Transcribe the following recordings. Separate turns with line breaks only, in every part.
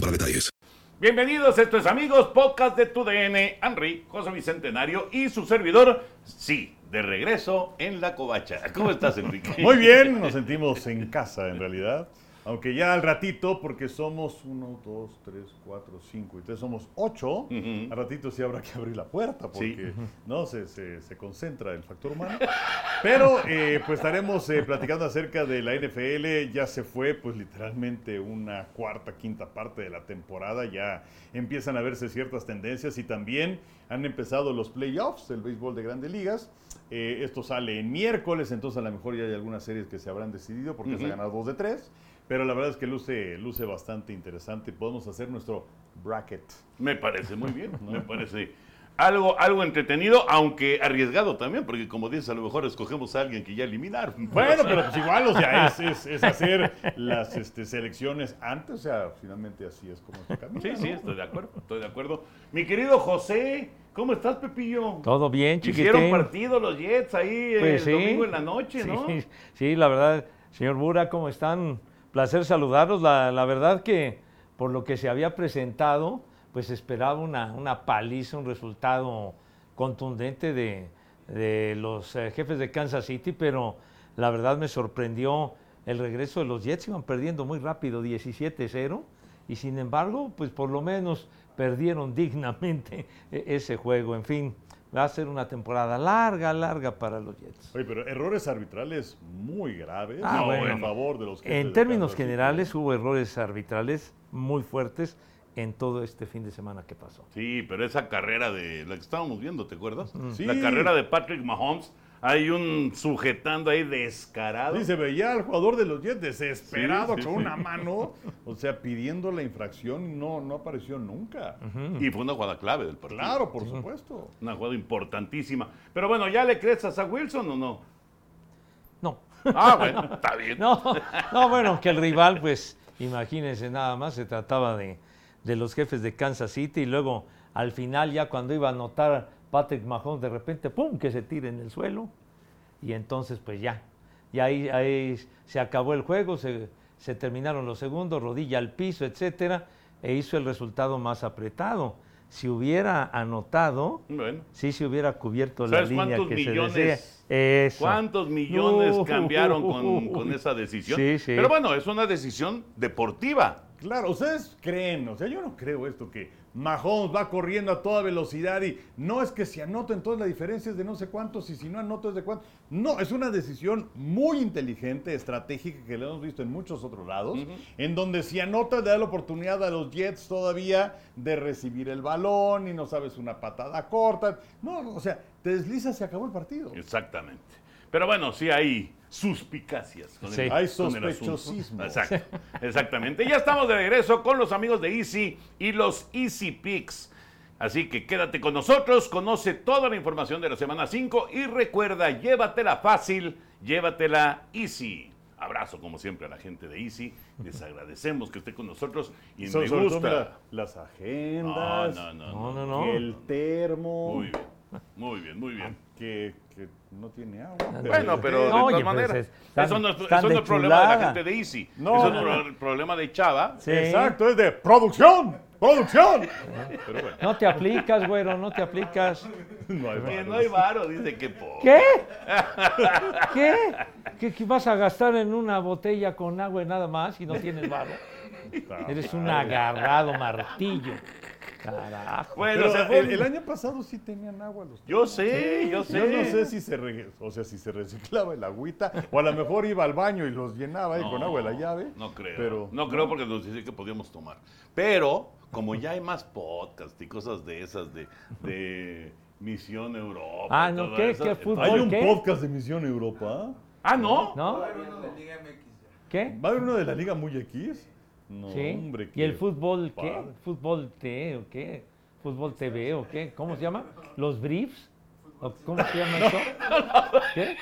para detalles.
Bienvenidos, esto es amigos, podcast de tu DN, Henry, José Bicentenario y su servidor, sí, de regreso en la covacha. ¿Cómo estás, Enrique?
Muy bien, nos sentimos en casa en realidad. Aunque ya al ratito, porque somos 1, 2, 3, 4, 5 y 3, somos 8, al ratito sí habrá que abrir la puerta porque no se, se- se concentra el factor humano. Pero eh, pues estaremos eh, platicando acerca de la NFL. Ya se fue pues literalmente una cuarta, quinta parte de la temporada. Ya empiezan a verse ciertas tendencias y también han empezado los playoffs del béisbol de grandes ligas. Eh, esto sale en miércoles, entonces a lo mejor ya hay algunas series que se habrán decidido porque se ha ganado dos de tres. Pero la verdad es que luce, luce bastante interesante. Podemos hacer nuestro bracket.
Me parece muy bien, me parece algo, algo entretenido, aunque arriesgado también, porque como dices, a lo mejor escogemos a alguien que ya eliminar.
Bueno, pero pues igual, o sea, es, es- es hacer las este, selecciones antes, o sea, finalmente así es como se camina.
Sí,
¿no?
sí, estoy de acuerdo, estoy de acuerdo. Mi querido José, ¿cómo estás, Pepillo?
Todo bien,
Hicieron
chiquitín.
partido los Jets ahí el
Pues sí.
domingo en la noche, ¿no?
Sí, sí, la verdad, señor Bura, ¿cómo están? Placer saludarlos. La, la verdad que por lo que se había presentado, pues esperaba una, una paliza, un resultado contundente de, de los eh, jefes de Kansas City, pero la verdad me sorprendió el regreso de los Jets. Iban perdiendo muy rápido, 17-0, y sin embargo, pues por lo menos perdieron dignamente e- ese juego. En fin, va a ser una temporada larga, larga para los Jets.
Oye, pero errores arbitrales muy graves
Ah,
¿no?
bueno.
en favor de los jefes
En
de
términos
Kansas City.
generales hubo errores arbitrales muy fuertes en todo este fin de semana que pasó.
Sí, pero esa carrera de la que estábamos viendo, ¿te acuerdas?
Mm.
Sí.
La carrera de Patrick Mahomes, hay un sujetando ahí descarado.
Sí, se veía al jugador de los Jets desesperado
Sí, sí,
con
sí.
una mano, o sea, pidiendo la infracción y no, no apareció nunca.
Y fue una jugada clave del partido.
Claro, por supuesto.
Una jugada importantísima. Pero bueno, ¿ya le crees a Zach Wilson o no?
No,
Ah, bueno, está bien.
no, no, bueno, que el rival, pues imagínense nada más, se trataba de, de los jefes de Kansas City y luego al final ya cuando iba a anotar Patrick Mahomes de repente, ¡pum!, que se tira en el suelo y entonces pues ya, y ahí, ahí se acabó el juego, se, se terminaron los segundos, rodilla al piso, etcétera, e hizo el resultado más apretado. Si hubiera anotado,
Bueno.
Sí, se hubiera cubierto la
¿Sabes
línea
cuántos
que
millones-
se desea. Eso.
¿Cuántos millones
No.
cambiaron con, con esa decisión?
Sí, sí.
Pero bueno, es una decisión deportiva.
Claro, ustedes creen, o sea, yo no creo esto que Mahomes va corriendo a toda velocidad y no es que si anota entonces la diferencia es de no sé cuántos y si no anota es de cuántos. No, es una decisión muy inteligente, estratégica que la hemos visto en muchos otros lados, en donde si anota le da la oportunidad a los Jets todavía de recibir el balón y no sabes una patada corta. No, o sea, te deslizas y se acabó el partido.
Exactamente. Pero bueno, sí hay suspicacias. Con
Sí.
Hay
con el asunto.
sospechosismo.
Exacto, exactamente. Ya estamos de regreso con los amigos de Easy y los Easy Picks. Así que quédate con nosotros, conoce toda la información de la semana 5 y recuerda, llévatela fácil, llévatela easy. Abrazo como siempre a la gente de Easy, les agradecemos que esté con nosotros y
So-
me
sobre todo,
gusta.
mira, las agendas,
no, no, no.
No, no, no.
el termo.
Muy bien, muy bien, muy bien.
que, que no tiene agua.
Bueno, pero de
No,
todas
oye, pues,
maneras,
es- están-
eso no, es-
están
eso no
de
es problema de la
chulada.
gente de Easy,
No,
eso
no,
es pro- problema de Chava.
Sí.
Exacto, es de producción, producción.
Pero bueno,
No te aplicas, güero, no te aplicas.
No hay
Que
varos.
no hay varo, dice que po.
¿Qué? ¿Qué? ¿Qué, qué vas a gastar en una botella con agua y nada más y no tienes barro? Eres un agarrado martillo. Carajo.
Bueno,
Pero
se fue-
el, el año pasado sí tenían agua los
yo sé, yo sé.
Yo no sé si se, re- o sea, si se reciclaba el agüita o a lo mejor iba al baño y los llenaba ahí con agua de la llave.
No creo.
Pero
no creo porque nos dice que podíamos tomar. Pero, como ya hay más podcast y cosas de esas de, de Misión Europa.
Ah,
y
no,
todo
¿qué?
eso,
¿Qué
entonces-
hay
¿Por
un
qué?
podcast de Misión Europa.
Ah, no.
¿No? ¿Qué?
¿Va a haber uno de la Liga Muy X? No,
¿sí?
hombre.
¿Y el
qué
fútbol qué?
padre.
¿Fútbol T o qué? ¿Fútbol TV o qué? ¿Cómo se llama? ¿Los briefs? ¿O ¿Cómo se llama eso? ¿Qué?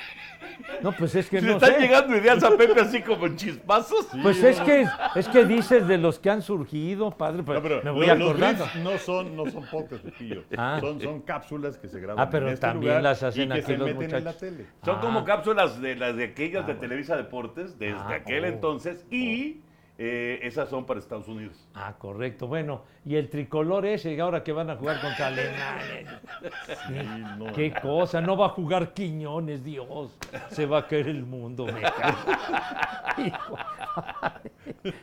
No, pues es que
Le
no
están
sé.
llegando ideas a Pepe así como en chispazos.
Pues es que, es que dices de los que han surgido, padre, pues
No, pero
me voy
lo- los
acordando.
riffs no son, no son pocas, Pepillo.
Ah.
Son, son cápsulas que se graban.
Ah, pero
en este
también
lugar
las hacen
y que
aquí
se
los
meten en la
muchachos.
tele.
Son
Ah.
como cápsulas de las de aquellas de Televisa Deportes desde
Ah,
aquel
oh,
entonces y eh, esas son para Estados Unidos.
Ah, correcto. Bueno, y el tricolor ese, ahora que van a jugar contra Alemania.
Sí, no,
Qué cosa, no va a jugar Quiñones, Dios. Se va a caer el mundo, me cago. Hijo.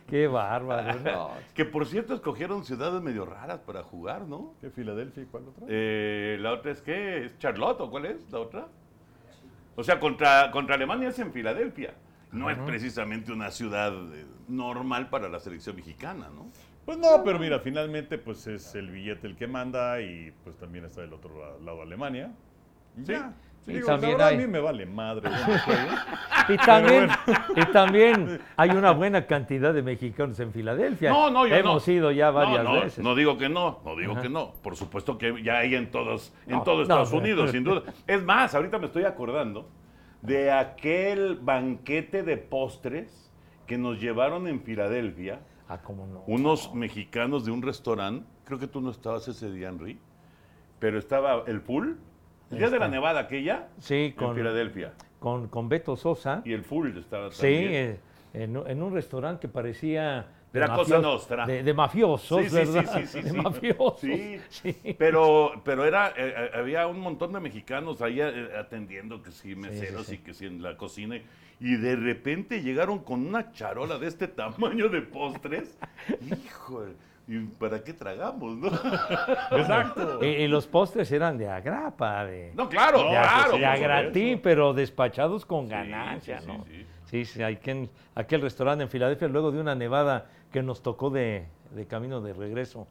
Qué bárbaro, no.
Que por cierto escogieron ciudades medio raras para jugar, ¿no?
¿Qué Filadelfia y cuál otra?
Eh, la otra es que es Charlotte, ¿o ¿cuál es la otra? O sea, contra, contra Alemania es en Filadelfia. No es precisamente una ciudad eh, normal para la selección mexicana, ¿no?
Pues no, pero mira, finalmente pues es el billete el que manda y pues también está del otro la- lado Alemania. Y
Sí.
ya. Sí,
Y
digo, la
también
verdad,
hay-
a mí me vale madre. dónde juegue.
Y también, y también hay una buena cantidad de mexicanos en Filadelfia.
No, no, yo
Hemos
no.
ido ya varias
no, no,
veces.
No digo que no, no digo que no. Por supuesto que ya hay en todos, en
No,
todo
no,
Estados
no.
Unidos, sin duda. Es más, ahorita me estoy acordando de aquel banquete de postres que nos llevaron en Filadelfia
Ah, cómo no.
unos mexicanos de un restaurante. Creo que tú no estabas ese día, Henry, pero estaba el pool. El día de la nevada aquella
Sí,
en
con,
Filadelfia.
con, con Beto Sosa.
Y el pool estaba
Sí,
también.
eh, en, un- en un restaurante que parecía... de
Era Cosa
mafiosos-
Nostra.
De, de mafiosos,
Sí, sí, sí,
¿verdad?
sí, sí,
de
sí.
mafiosos.
Sí.
sí.
Pero, pero era, eh, eh, había un montón de mexicanos ahí eh, atendiendo que sí, meseros
sí.
y que sí en la cocina. Y de repente llegaron con una charola de este tamaño de postres. Hijo, ¿y para qué tragamos, no?
Exacto.
Y, y Eh, los postres eran de agrapa, de,
No, claro,
No,
claro.
pues
de
sí,
por
agratín,
supuesto.
pero despachados con
supuesto.
ganancia,
Sí, sí,
¿no?
sí, sí.
Sí, sí, hay quien- aquel restaurante en Filadelfia, luego de una nevada que nos tocó de, de camino de regreso,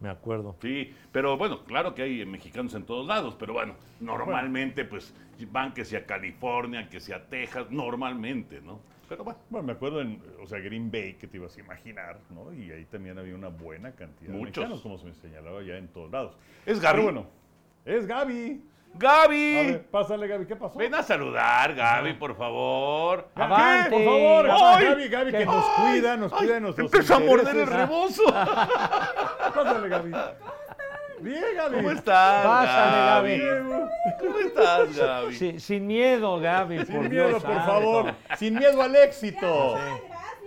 me acuerdo.
Sí, pero bueno, claro que hay mexicanos en todos lados, pero bueno, normalmente pues van que sea a California, que sea a Texas, normalmente, ¿no? Pero bueno,
Bueno, me acuerdo en, o sea, Green Bay, que te ibas a imaginar, ¿no? Y ahí también había una buena cantidad
Muchos.
de mexicanos, como se me señalaba ya en todos lados.
es Gaby.
Pero bueno, es Gaby. A
Gaby,
ver, pásale, Gaby, ¿qué pasó?
ven a saludar, Gaby, por favor.
Gaby,
¡Avante!
por favor,
¡Ay!
Gaby, Gaby, que
¡Ay!
nos cuida, nos cuida de nuestros
Empieza a morder el
intereses.
rebozo.
Pásale, Gaby. Bien, Gaby.
¿Cómo estás,
Pásale,
Gaby? ¿Cómo estás, Gaby?
Sí, sin miedo, Gaby, por
Sin
Dios
miedo, por
santo.
favor. Sin miedo al éxito.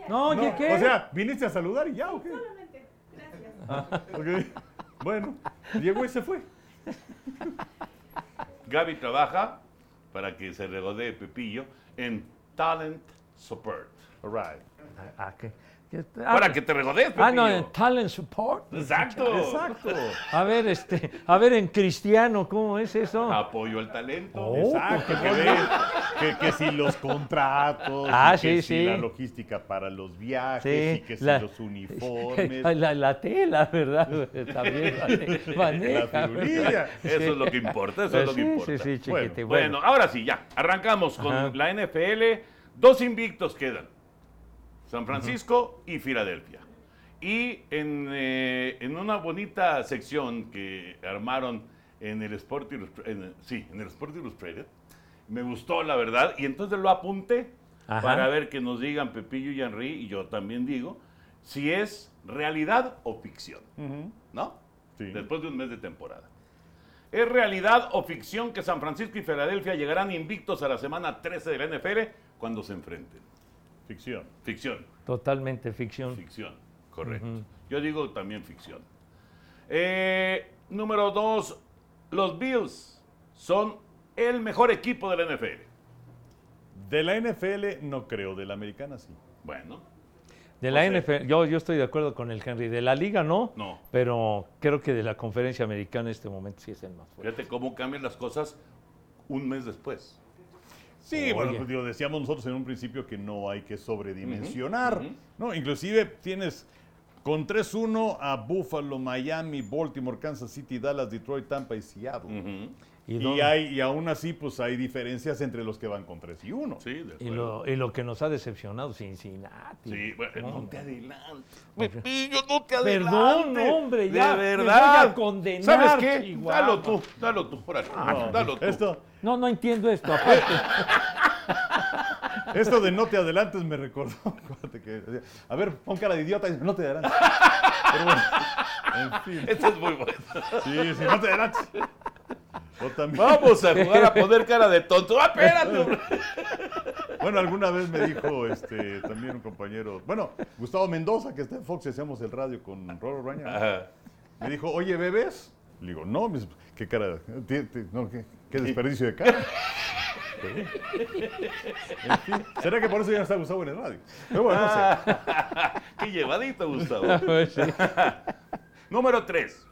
No, oye,
No,
¿qué?
O sea, viniste a saludar y ya, ¿o qué? Ok. Bueno, llegó y se fue.
Gaby trabaja, para que se regodee Pepillo, en Talent Support.
All right.
Ah, ¿qué? ¿Qué? Ah,
Para que te regodees, Pepillo.
ah, no, en Talent Support.
Exacto.
Exacto.
A ver, este, a ver, en cristiano, ¿cómo es eso?
Apoyo al talento.
Oh.
Exacto. Ah, Que, ven, que, que si los contratos, y
Ah,
que
sí,
si
sí.
la logística para los viajes, y que si
la-
los uniformes.
La, la tela, ¿verdad? También mane- maneja.
La figurilla.
Eso es lo que importa, eso es
Pues
lo que
sí,
importa.
sí, sí,
Bueno,
Bueno,
chiquete. Este, Bueno,
ahora sí, ya. Arrancamos con
Ajá.
la NFL. Dos invictos quedan. San Francisco y Filadelfia. Y en, eh, en una bonita sección que armaron en el Sport Illustrated, sí, en el Sport Illustrated, me gustó la verdad y entonces lo apunté
Ajá.
para ver que nos digan Pepillo y Henry, y yo también digo, si es realidad o ficción,
Ujú.
¿no?
Sí.
Después de un mes de temporada. ¿Es realidad o ficción que San Francisco y Filadelfia llegarán invictos a la semana 13 de la NFL cuando se enfrenten?
Ficción.
Ficción,
totalmente ficción.
ficción, correcto. Yo digo también ficción. Eh, número dos, los Bills son el mejor equipo de la NFL.
De la NFL no creo, de la americana sí.
Bueno,
De la
O sea-
NFL, yo, yo estoy de acuerdo con el Henry. De la liga no,
No.
pero creo que de la conferencia americana en este momento sí es el más fuerte.
fíjate cómo cambian las cosas un mes después.
Sí,
Oye.
bueno, pues, digo, decíamos nosotros en un principio que no hay que sobredimensionar, ¿no? Inclusive tienes con
Mm.
3-1 a Buffalo, Miami, Baltimore, Kansas City, Dallas, Detroit, Tampa y Seattle.
Ujú.
Y,
dónde?
hay, y aún así, pues hay diferencias entre los que van con 3 y 1.
Sí, de
Y
acuerdo.
lo, y lo que nos ha decepcionado, Cincinnati.
Sí, bueno, no, te adelantes. Pepillo, no te adelantes.
Perdón, hombre, ya,
De
me
verdad.
voy a condenar,
¿Sabes qué?
Chihuahua. Ah,
Dalo tú, dalo tú, órale.
No,
dalo tú.
esto,
No, no entiendo esto. Aparte,
esto de no te adelantes me recordó. acuérdate que decía, a ver, pon cara de idiota y dice, no te adelantes. Pero bueno, en fin.
Esto Este es muy bueno.
Sí, sí, no te adelantes. O también-
Vamos a jugar a poner cara de tonto. ¡Ah, espérate, hombre!
Bueno, alguna vez me dijo este, también un compañero, bueno, Gustavo Mendoza, que está en Fox y hacemos el radio con Rolo Raña,
Ajá.
me dijo, oye, ¿bebes? Le digo, no, me dice, qué cara, ti- ti- no, qué, qué desperdicio de cara. Pero, en fin, ¿Será que por eso ya no está Gustavo en el radio? Pero bueno, no sé.
Qué llevadito, Gustavo. Número 3.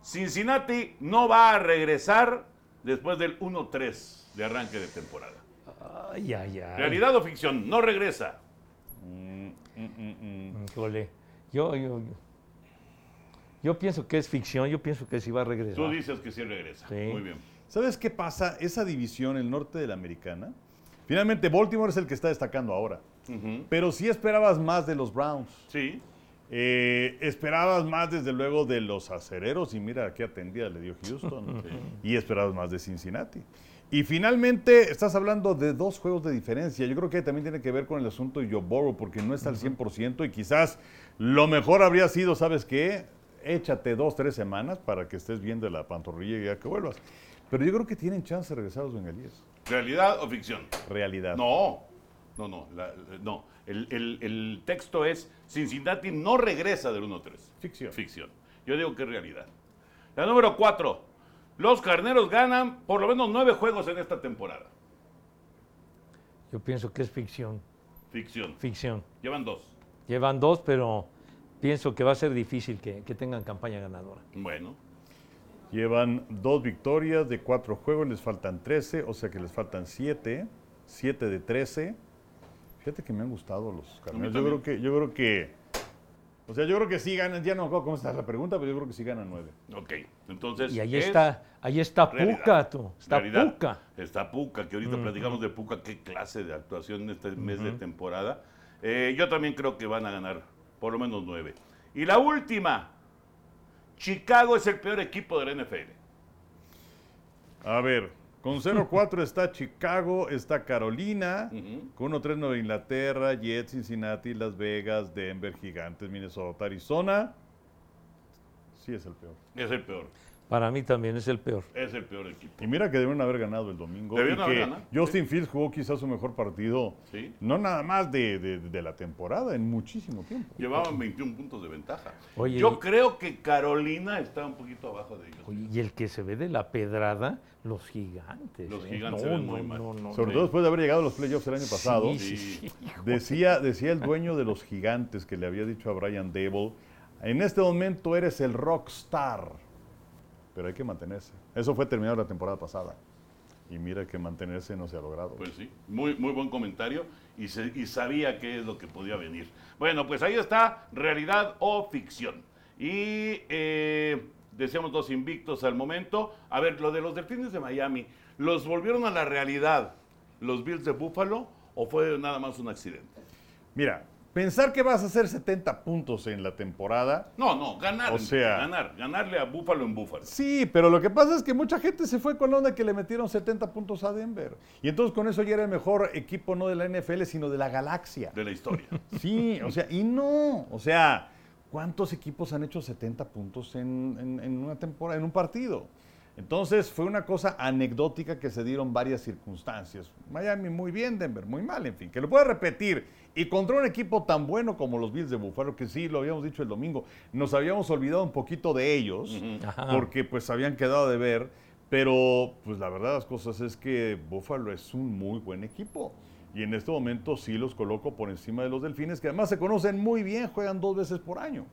Cincinnati no va a regresar después del 1-3 de arranque de temporada.
ay, ay, ay.
¿Realidad o ficción? No regresa.
Híjole. Yo, yo, yo pienso que es ficción, yo pienso que sí va a regresar.
Tú dices que sí regresa.
Ah. Sí.
Muy bien.
¿Sabes qué pasa? Esa división, el norte de la americana, finalmente Baltimore es el que está destacando ahora. Pero sí esperabas más de los Browns.
Sí.
Eh, esperabas más, desde luego, de los acereros, y mira qué atendida le dio Houston. y esperabas más de Cincinnati. Y finalmente, estás hablando de dos juegos de diferencia. Yo creo que también tiene que ver con el asunto de Joe Burrow, porque no está al 100%, y quizás lo mejor habría sido, ¿sabes qué? Échate dos, tres semanas para que estés bien de la pantorrilla y ya que vuelvas. Pero yo creo que tienen chance de regresar los bengalíes.
¿Realidad o ficción?
Realidad.
No. No, no. la- la- no. El, el- el texto es Cincinnati no regresa del 1-3.
Ficción.
Ficción. Yo digo que es realidad. La número 4. Los carneros ganan por lo menos nueve juegos en esta temporada.
Yo pienso que es ficción,
Ficción.
ficción.
Llevan dos.
Llevan dos, pero pienso que va a ser difícil que, que tengan campaña ganadora.
Bueno.
Llevan dos victorias de cuatro juegos, les faltan 13, o sea que les faltan 7, 7 de 13. Fíjate que me han gustado los carneros. Yo creo
también.
que, yo creo que, o sea, yo creo que sí ganan, ya no me acuerdo cómo está la pregunta, pero yo creo que sí ganan 9.
Ok. Entonces.
Y ahí
Pues es
está, ahí está
realidad.
Puca, tú. Está
Realidad.
Puca.
Está Puca, que ahorita platicamos de Puca, qué clase de actuación en este mes de temporada. Eh, yo también creo que van a ganar por lo menos nueve. Y la última, Chicago es el peor equipo de la NFL.
A ver, con 0-4 está Chicago, está Carolina, con 1-3 Nueva Inglaterra, Jets, Cincinnati, Las Vegas, Denver, Gigantes, Minnesota, Arizona. Sí es el peor.
Es el peor,
Para mí también es el peor.
es el peor equipo.
Y mira que debieron haber ganado el domingo. y
Debieron haber
que
ganado,
Justin Fields jugó quizás su mejor partido,
Sí.
no nada más de, de- de la temporada, en muchísimo tiempo.
Llevaban 21 puntos de ventaja.
Oye,
yo
y-
creo que Carolina está un poquito abajo de ellos.
Oye, y el que se ve de la pedrada, los gigantes.
Los
¿eh?
gigantes se
No,
ven muy
no,
mal.
no, no,
Sobre todo después de haber llegado a los playoffs el año pasado,
Sí,
sí.
decía, decía el dueño de los gigantes que le había dicho a Brian Dable, en este momento eres el rockstar, pero hay que mantenerse. Eso fue terminado la temporada pasada. Y mira que mantenerse no se ha logrado.
Pues sí, muy, muy buen comentario y, se- y sabía qué es lo que podía venir. Bueno, pues ahí está, realidad o ficción. Y eh, decíamos dos invictos al momento. A ver, lo de los delfines de Miami, ¿los volvieron a la realidad los Bills de Buffalo o fue nada más un accidente?
Mira, pensar que vas a hacer 70 puntos en la temporada...
No, no, ganar.
O sea-
ganar, ganarle a Buffalo en Buffalo.
Sí, pero lo que pasa es que mucha gente se fue con la onda que le metieron 70 puntos a Denver. Y entonces con eso ya era el mejor equipo no de la NFL, sino de la galaxia.
De la historia.
Sí, o sea, y no. O sea, ¿cuántos equipos han hecho 70 puntos en, en- en una temporada, en un partido? Entonces fue una cosa anecdótica que se dieron varias circunstancias. Miami muy bien, Denver muy mal, en fin, que lo puede repetir. Y contra un equipo tan bueno como los Bills de Buffalo, que sí, lo habíamos dicho el domingo, nos habíamos olvidado un poquito de ellos,
Ajá.
porque pues habían quedado de ver, pero pues la verdad de las cosas es que Buffalo es un muy buen equipo. Y en este momento sí los coloco por encima de los delfines, que además se conocen muy bien, juegan dos veces por año.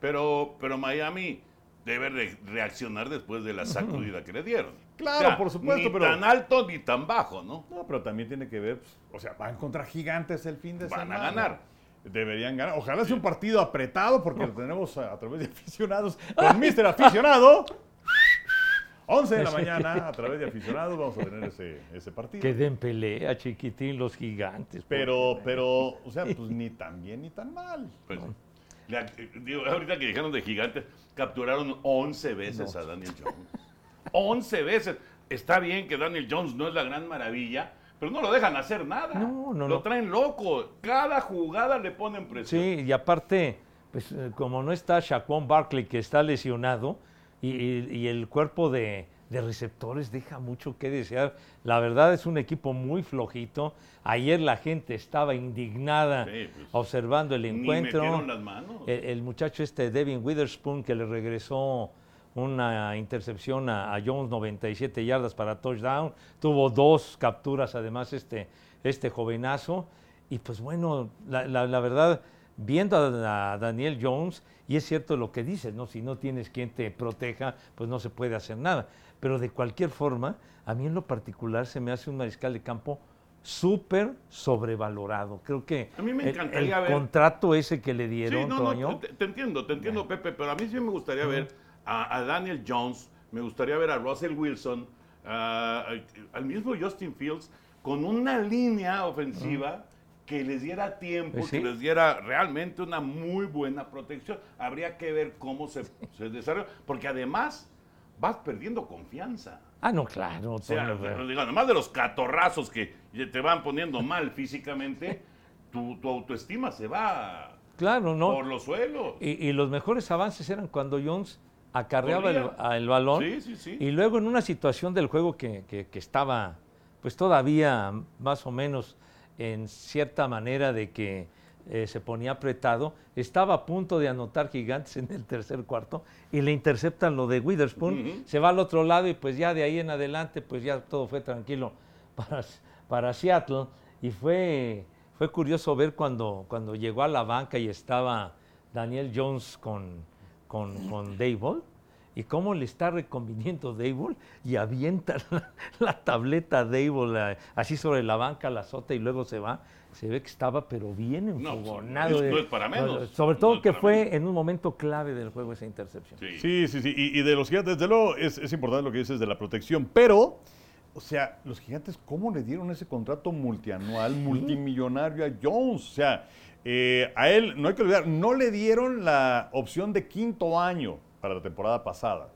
Pero, pero Miami debe re- reaccionar después de la sacudida que le dieron.
Claro, por supuesto,
ni
pero-
tan alto ni tan bajo, ¿no?
No, pero también tiene que ver, pues, o sea, van contra gigantes el fin de
Van a
semana.
ganar.
Deberían ganar. Ojalá sea un partido apretado, porque lo tenemos a, a través de aficionados, con Mr. Aficionado. 11 de la mañana, a través de aficionados, vamos a tener ese, ese partido.
Que den pelea, chiquitín, los gigantes.
Pero, pero, o sea, pues ni tan bien ni tan mal.
Pues, la- digo, ahorita que dijeron de gigantes, capturaron 11 veces a Daniel Jones. 11 veces. Está bien que Daniel Jones no es la gran maravilla, pero no lo dejan hacer nada.
No, no,
lo
no.
traen loco. Cada jugada le ponen presión.
Sí, y aparte, pues eh, como no está Shaquon Barkley, que está lesionado, y, y- y el cuerpo de, de receptores deja mucho que desear. La verdad es un equipo muy flojito. Ayer la gente estaba indignada
Sí, pues,
observando el
ni
encuentro.
metieron las manos.
El, el muchacho este, Devin Witherspoon, que le regresó una intercepción a, a Jones, 97 yardas para touchdown. Tuvo dos capturas, además, este, este jovenazo. Y pues bueno, la, la- la verdad, viendo a, a Daniel Jones, y es cierto lo que dices, ¿no? Si no tienes quien te proteja, pues no se puede hacer nada. Pero de cualquier forma, a mí en lo particular se me hace un mariscal de campo súper sobrevalorado. Creo que
A mí me
el-
encantaría
el
ver-
contrato ese que le
Sí,
dieron,
no, no,
Toño.
te, te entiendo, te entiendo, Pepe, pero a mí sí me gustaría ver a, a Daniel Jones, me gustaría ver a Russell Wilson, a- a- al mismo Justin Fields, con una línea ofensiva que les diera tiempo,
Pues sí.
que les diera realmente una muy buena protección. Habría que ver cómo se, se desarrolla, porque además vas perdiendo confianza.
Ah, no, claro.
O sea,
Toño, pero-
digo, además de los catorrazos que te van poniendo mal físicamente, tu, tu autoestima se va
claro, ¿no?
por los suelos.
Y, y los mejores avances eran cuando Jones acarreaba el,
Corría.
a- el balón.
Sí, sí, sí.
Y luego en una situación del juego que, que- que estaba, pues todavía más o menos en cierta manera de que eh, se ponía apretado, estaba a punto de anotar gigantes en el tercer cuarto y le interceptan lo de Witherspoon, se va al otro lado y pues ya de ahí en adelante, pues ya todo fue tranquilo para, para Seattle. Y fue, fue curioso ver cuando, cuando llegó a la banca y estaba Daniel Jones con, con, con Dable y cómo le está reconviniendo Dable y avienta la, la tableta a Dable eh, así sobre la banca, la azota y luego se va. Se ve que estaba pero bien
No,
enfogonado.
no es-
eh.
no es para menos.
Sobre todo
No es
que
para
fue
menos.
en un momento clave del juego esa intercepción.
Sí.
Sí, sí, sí. Y, y de los gigantes, desde luego, es, es importante lo que dices de la protección, pero, o sea, los gigantes, ¿cómo le dieron ese contrato multianual, multimillonario a Jones? O sea, eh, a él, no hay que olvidar, no le dieron la opción de quinto año para la temporada pasada.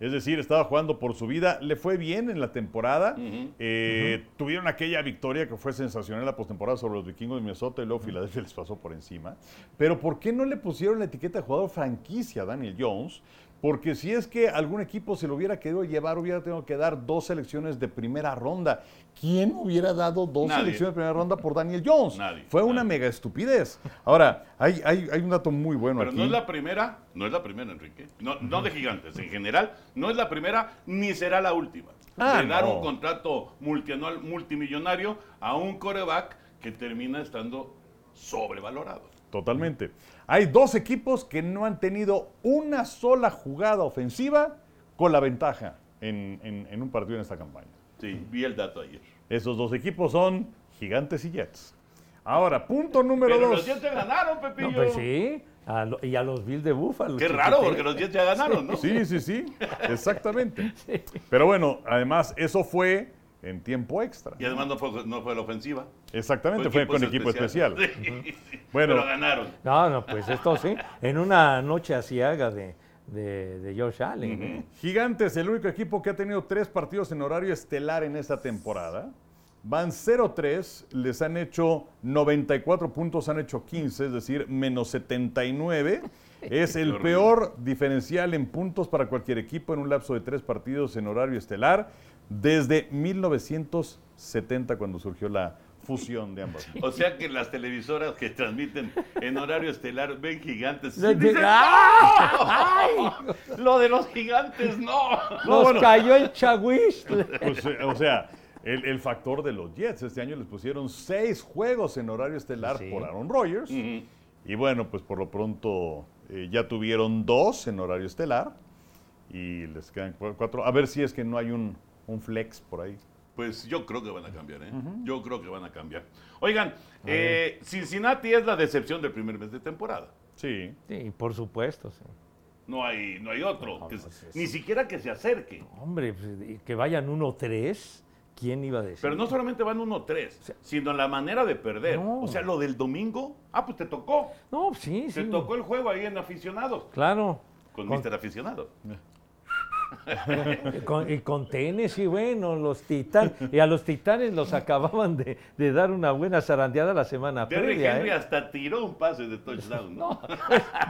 Es decir, estaba jugando por su vida, le fue bien en la temporada, eh, tuvieron aquella victoria que fue sensacional en la postemporada sobre los vikingos de Minnesota y luego Filadelfia les pasó por encima. Pero ¿por qué no le pusieron la etiqueta de jugador franquicia a Daniel Jones? Porque si es que algún equipo se lo hubiera querido llevar, hubiera tenido que dar dos selecciones de primera ronda. ¿Quién hubiera dado dos
Nadie.
selecciones de primera ronda por Daniel Jones?
Nadie,
Fue una
nadie.
mega estupidez. Ahora, hay, hay- hay un dato muy bueno
Pero
aquí.
no es la primera, no es la primera, Enrique. No, no de gigantes, en general, no es la primera ni será la última.
Ah,
de dar
no.
un contrato multianual, multimillonario a un coreback que termina estando sobrevalorado.
Totalmente. Hay dos equipos que no han tenido una sola jugada ofensiva con la ventaja en, en- en un partido en esta campaña.
Sí, vi el dato ayer.
Esos dos equipos son Gigantes y Jets. Ahora, punto número
Pero los
dos.
Jets ya ganaron,
No,
Pepillo.
pues sí, a lo- y a los Bills de Buffalo.
Qué raro,
chiquitín.
porque los Jets ya ganaron, ¿no?
pues Sí, sí, sí, exactamente. Pero bueno, además, eso fue en tiempo extra.
Y además no fue, no fue la ofensiva.
Exactamente, fue con equipo especial. Bueno.
Bueno. Pero ganaron.
No, no, pues esto sí, en una noche asiaga de, de, de Josh Allen. ¿eh?
Gigantes, el único equipo que ha tenido tres partidos en horario estelar en esta temporada. Van 0-3, les han hecho 94 puntos, han hecho 15, es decir, menos 79. Es el
horrible.
peor diferencial en puntos para cualquier equipo en un lapso de tres partidos en horario estelar desde 1970, cuando surgió la fusión de ambas.
O sea que las televisoras que transmiten en horario estelar ven gigantes.
De-
Y dicen,
de- ¡Ah!
¡No! Lo de los gigantes, no.
Nos cayó el chagüistle.
Pues, eh, o sea, el, el factor de los Jets. Este año les pusieron seis juegos en horario estelar
Sí.
por Aaron Rodgers. Y bueno, pues por lo pronto eh, ya tuvieron dos en horario estelar. Y les quedan cu- cuatro. A ver si es que no hay un, un flex por ahí.
Pues yo creo que van a cambiar, ¿eh? Yo creo que van a cambiar. Oigan, eh, Cincinnati es la decepción del primer mes de temporada.
Sí.
Sí, por supuesto. sí.
No hay, no hay otro.
No,
que-
pues es-
ni siquiera que se acerque.
Hombre, pues, que vayan 1-3, ¿quién iba a decir?
Pero no solamente van 1-3, sino la manera de perder.
No.
O sea, lo del domingo. Ah, pues te tocó.
No, sí,
Te
sí.
tocó el juego ahí en aficionados.
Claro.
Con,
Con-
Mister Aficionado.
Y con- y con Tennessee, bueno, los titanes. Y a los titanes los acababan de, de dar una buena zarandeada la semana
Derrick
previa.
Henry
¿eh?
hasta tiró un pase de touchdown. ¿no?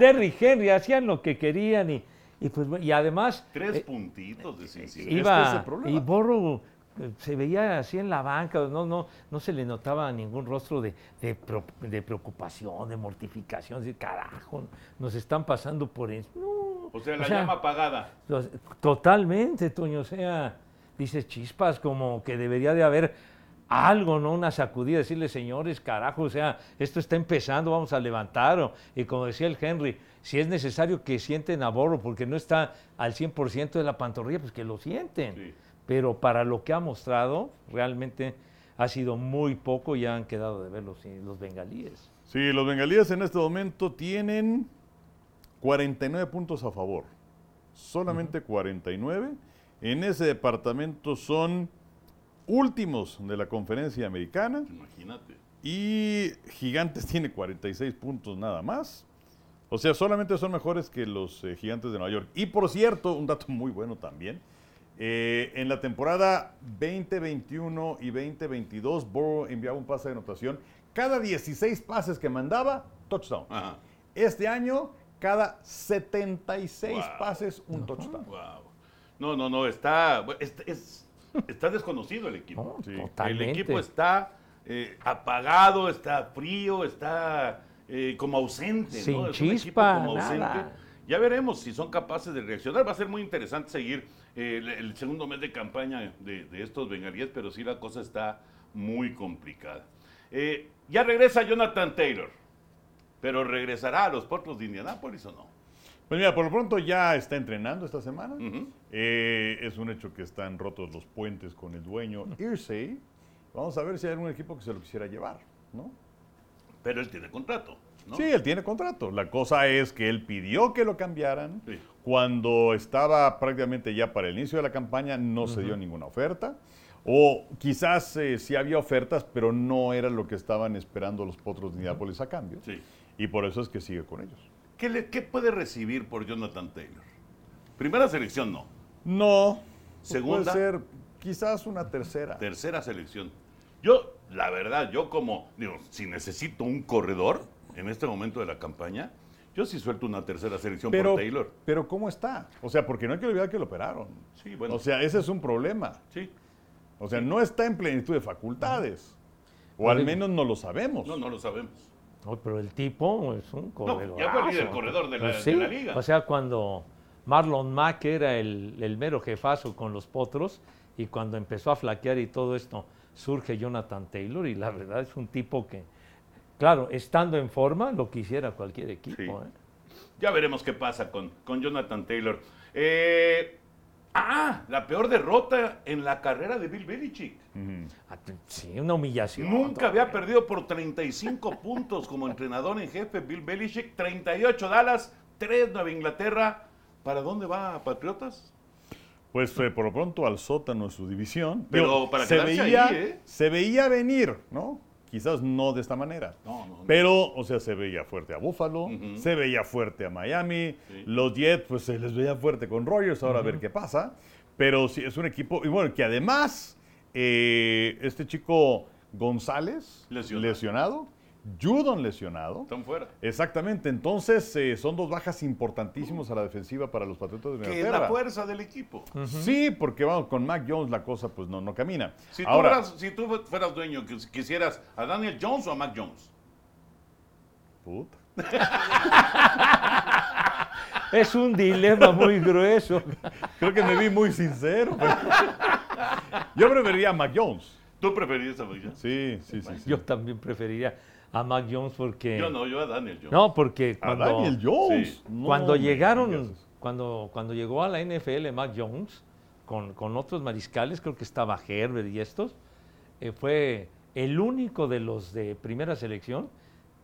Derrick Henry, hacían lo que querían y, y, pues, y además eh,
Tres puntitos de Cincinnati.
es
iba
el problema.
y Borro eh, se veía así en la banca, no, no, no se le notaba ningún rostro de, de pro- de preocupación, de mortificación, de carajo, nos están pasando por eso. No.
O sea,
O
la
sea,
llama apagada.
Los- Totalmente, Toño. O sea, dices chispas, como que debería de haber algo, ¿no? Una sacudida, decirle, señores, carajo, o sea, esto está empezando, vamos a levantar. o- y como decía el Henry, si es necesario que sienten a Borro porque no está al 100% de la pantorrilla, pues que lo sienten.
Sí.
Pero para lo que ha mostrado, realmente ha sido muy poco y han quedado de ver los, los bengalíes.
Sí, los bengalíes en este momento tienen 49 puntos a favor. Solamente 49. En ese departamento son últimos de la conferencia americana.
Imagínate.
Y Gigantes tiene 46 puntos nada más. O sea, solamente son mejores que los eh, Gigantes de Nueva York. Y por cierto, un dato muy bueno también. eh, en la temporada 2021 y 2022, Burrow enviaba un pase de anotación. Cada 16 pases que mandaba, touchdown.
Ajá.
Este año, cada 76
Wow.
pases, un touchdown.
Wow. No, no, no, está, es- es- está desconocido el equipo.
No,
Sí.
Totalmente.
El equipo está eh, apagado, está frío, está eh, como ausente. ¿no?
Sin
Es un equipo
chispa,
como ausente.
nada.
Ya veremos si son capaces de reaccionar. Va a ser muy interesante seguir eh, el, el segundo mes de campaña de, de estos bengalíes, pero sí la cosa está muy complicada. Eh, ya regresa Jonathan Taylor, pero regresará a los puertos de Indianápolis o no.
Pues mira, por lo pronto ya está entrenando esta semana.
Ujú.
Eh, es un hecho que están rotos los puentes con el dueño Irsey. Vamos a ver si hay algún equipo que se lo quisiera llevar, ¿no?
Pero él tiene contrato. ¿no?
Sí, él tiene contrato. La cosa es que él pidió que lo cambiaran.
Sí.
Cuando estaba prácticamente ya para el inicio de la campaña, no se dio ninguna oferta. O quizás eh, sí había ofertas, pero no era lo que estaban esperando los potros de Indianápolis a cambio.
Sí.
Y por eso es que sigue con ellos.
¿Qué, le- qué puede recibir por Jonathan Taylor? Primera selección no,
No.
Segunda.
Puede ser quizás una tercera.
tercera selección. Yo, la verdad, yo como, digo, si necesito un corredor en este momento de la campaña, yo sí suelto una tercera selección
pero,
por Taylor.
pero ¿cómo está? O sea, porque no hay que olvidar que lo operaron.
Sí, bueno.
O sea, ese es un problema.
Sí,
O sea, no está en plenitud de facultades. O al menos no lo sabemos.
no, no lo sabemos.
No, pero el tipo es un corredor. Pues
ya fue el líder corredor de la- de la liga.
O sea, cuando Marlon Mack era el, el mero jefazo con los potros y cuando empezó a flaquear y todo esto, surge Jonathan Taylor y la verdad es un tipo que, claro, estando en forma, lo quisiera cualquier equipo.
Sí.
¿eh?
Ya veremos qué pasa con, con Jonathan Taylor. Eh, ah, la peor derrota en la carrera de Bill Belichick.
Ujú.
Ah, t- Sí, una humillación.
Nunca había perdido por 35 puntos como entrenador en jefe Bill Belichick, 38 Dallas, 3 Nueva Inglaterra. ¿Para dónde va Patriotas?
Pues eh, por lo pronto al sótano de su división.
Pero para
se
quedarse
veía,
ahí, ¿eh?
se veía venir, ¿no? Quizás no de esta manera.
No, no, no.
Pero, o sea, se veía fuerte a Buffalo,
Ujú.
se veía fuerte a Miami,
Sí.
los Jets, pues se les veía fuerte con Rogers, ahora a ver qué pasa. Pero sí, es un equipo, y bueno, que además, eh, este chico González,
Lesionado.
lesionado, Judon lesionado.
Están fuera.
Exactamente, entonces eh, son dos bajas importantísimas a la defensiva para los Patriotas de
Que es la
Inglaterra.
fuerza del equipo.
Mm. Sí, porque vamos, con Mac Jones la cosa pues no, no camina.
Si tú,
Ahora,
fueras, si tú fueras dueño, quis- quisieras a Daniel Jones o a Mac Jones.
puta.
Es un dilema muy grueso.
Creo que me vi muy sincero. pero- Yo preferiría a Mac Jones.
¿Tú preferirías a Mac Jones?
Sí, sí, sí. sí.
Yo también preferiría a Mac Jones porque...
Yo no, yo a Daniel Jones.
No, porque
A
cuando...
Daniel Jones.
Sí.
No,
cuando
me
llegaron,
digas eso.
cuando, cuando llegó a la NFL Mac Jones, con, con otros mariscales, creo que estaba Herbert y estos, eh, fue el único de los de primera selección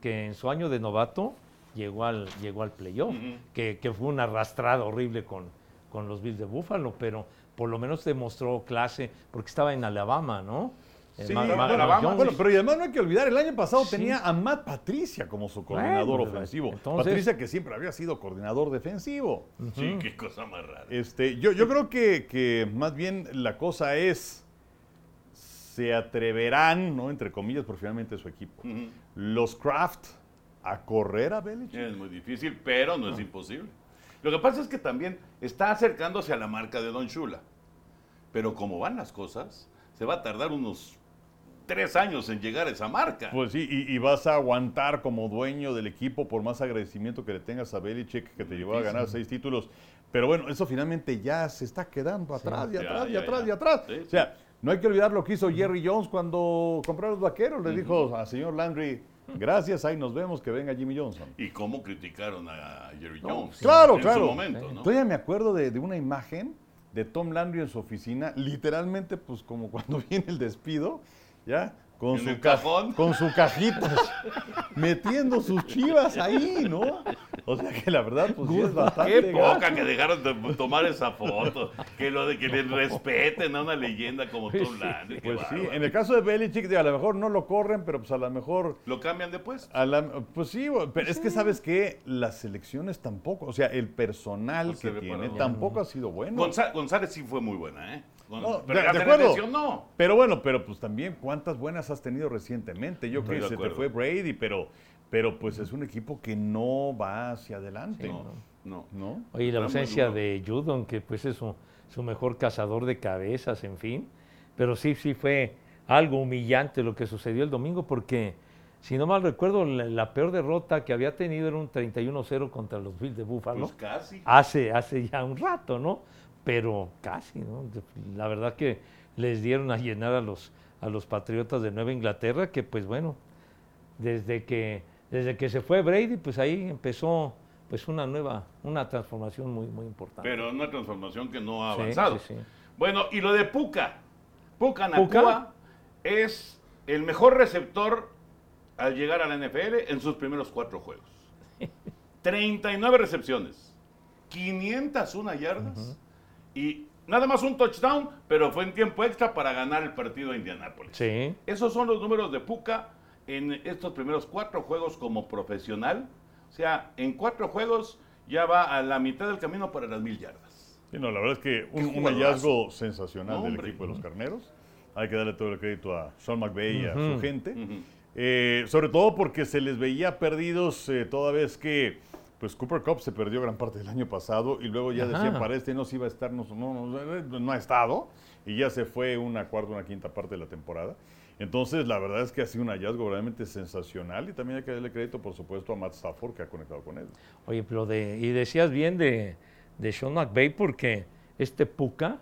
que en su año de novato llegó al, llegó al playoff, que, que fue una arrastrada horrible con, con los Bills de Buffalo, pero por lo menos demostró clase, porque estaba en Alabama, ¿no? Eh,
Sí,
Ma- Ma-
bueno,
Mac
bueno,
Jones.
pero y además no hay que olvidar, el año pasado
Sí.
tenía a Matt Patricia como su coordinador
Bueno,
ofensivo.
entonces-
Patricia que siempre había sido coordinador defensivo.
Sí, qué cosa más rara.
Este, yo, yo creo que, que más bien la cosa es, se atreverán, ¿no? Entre comillas, porque finalmente es su equipo. Los Kraft a correr a Belichick.
Es muy difícil, pero no es
Ah.
imposible. Lo que pasa es que también está acercándose a la marca de Don Shula. Pero como van las cosas, se va a tardar unos tres años en llegar a esa marca.
Pues sí, y, y vas a aguantar como dueño del equipo por más agradecimiento que le tengas a Belichick, que te llevó a ganar seis títulos. Pero bueno, eso finalmente ya se está quedando atrás, y
Ya,
atrás, y
ya,
atrás,
ya.
y atrás.
Sí,
O sea, no hay que olvidar lo que hizo Jerry Jones cuando compraron los vaqueros. Le dijo al señor Landry, gracias, ahí nos vemos, que venga Jimmy Johnson.
Y cómo criticaron a Jerry Jones.
Claro,
en
claro.
su momento, ¿no?
Todavía me acuerdo de, de una imagen de Tom Landry en su oficina, literalmente, pues como cuando viene el despido, ¿ya? Con
En
su
el
ca-
cajón.
Con su cajita, metiendo sus chivas ahí, ¿no? O sea que la verdad, pues sí es bastante.
Qué poca que dejaron de tomar esa foto. Que lo de que le respeten a una leyenda como Tom Landry. qué
Pues sí,
bárbaro.
en el caso de Belichick, de a lo mejor no lo corren, pero pues a lo mejor.
Lo cambian después.
a la- pues sí, bo- pero es que sabes que las selecciones tampoco, o sea, el personal
No se
que
ve para
tiene
dónde.
tampoco ha sido bueno.
Gonza- González sí fue muy buena, ¿eh? Gon-
No,
pero
de-
ya
de
se
acuerdo.
le lesionó.
Pero bueno, pero pues también cuántas buenas has tenido recientemente. Yo
Estoy
creo que
de
se te
acuerdo.
fue Brady, pero, pero pues es un equipo que no va hacia adelante.
No, no.
¿No?
Oye,
Está
la
muy
ausencia
duro.
de Judon, que pues es su, su mejor cazador de cabezas, en fin. Pero sí, sí fue algo humillante lo que sucedió el domingo, porque si no mal recuerdo, la, la peor derrota que había tenido era un 31-0 contra los Bills de Buffalo.
Pues casi.
hace, hace ya un rato, ¿no? Pero casi, ¿no? La verdad que les dieron a llenar a los, a los Patriotas de Nueva Inglaterra, que pues bueno, desde que, desde que se fue Brady, pues ahí empezó pues una nueva, una transformación muy, muy importante.
Pero una transformación que no ha
Sí,
avanzado.
sí, sí.
Bueno, y lo de Puca. Puca
¿Puka?
Nakua es el mejor receptor al llegar a la NFL en sus primeros cuatro juegos. 39 recepciones, 501 yardas y nada más un touchdown, pero fue en tiempo extra para ganar el partido a Indianápolis.
Sí.
Esos son los números de Puca en estos primeros cuatro juegos como profesional. O sea, en cuatro juegos ya va a la mitad del camino para las mil yardas.
Sí, no, la verdad es que un,
Qué
un
jugadorazo.
hallazgo sensacional
No,
del
hombre.
equipo de los carneros. Hay que darle todo el crédito a Sean McVay y a su gente. Eh, sobre todo porque se les veía perdidos eh, toda vez que pues Cooper Cup se perdió gran parte del año pasado y luego ya decían
Ajá.
para este no se iba a estar, no, no, no, no ha estado y ya se fue una cuarta, una quinta parte de la temporada. Entonces la verdad es que ha sido un hallazgo verdaderamente sensacional y también hay que darle crédito por supuesto a Matt Stafford que ha conectado con él.
Oye, pero de, y decías bien de, de Sean McVay porque este Puca,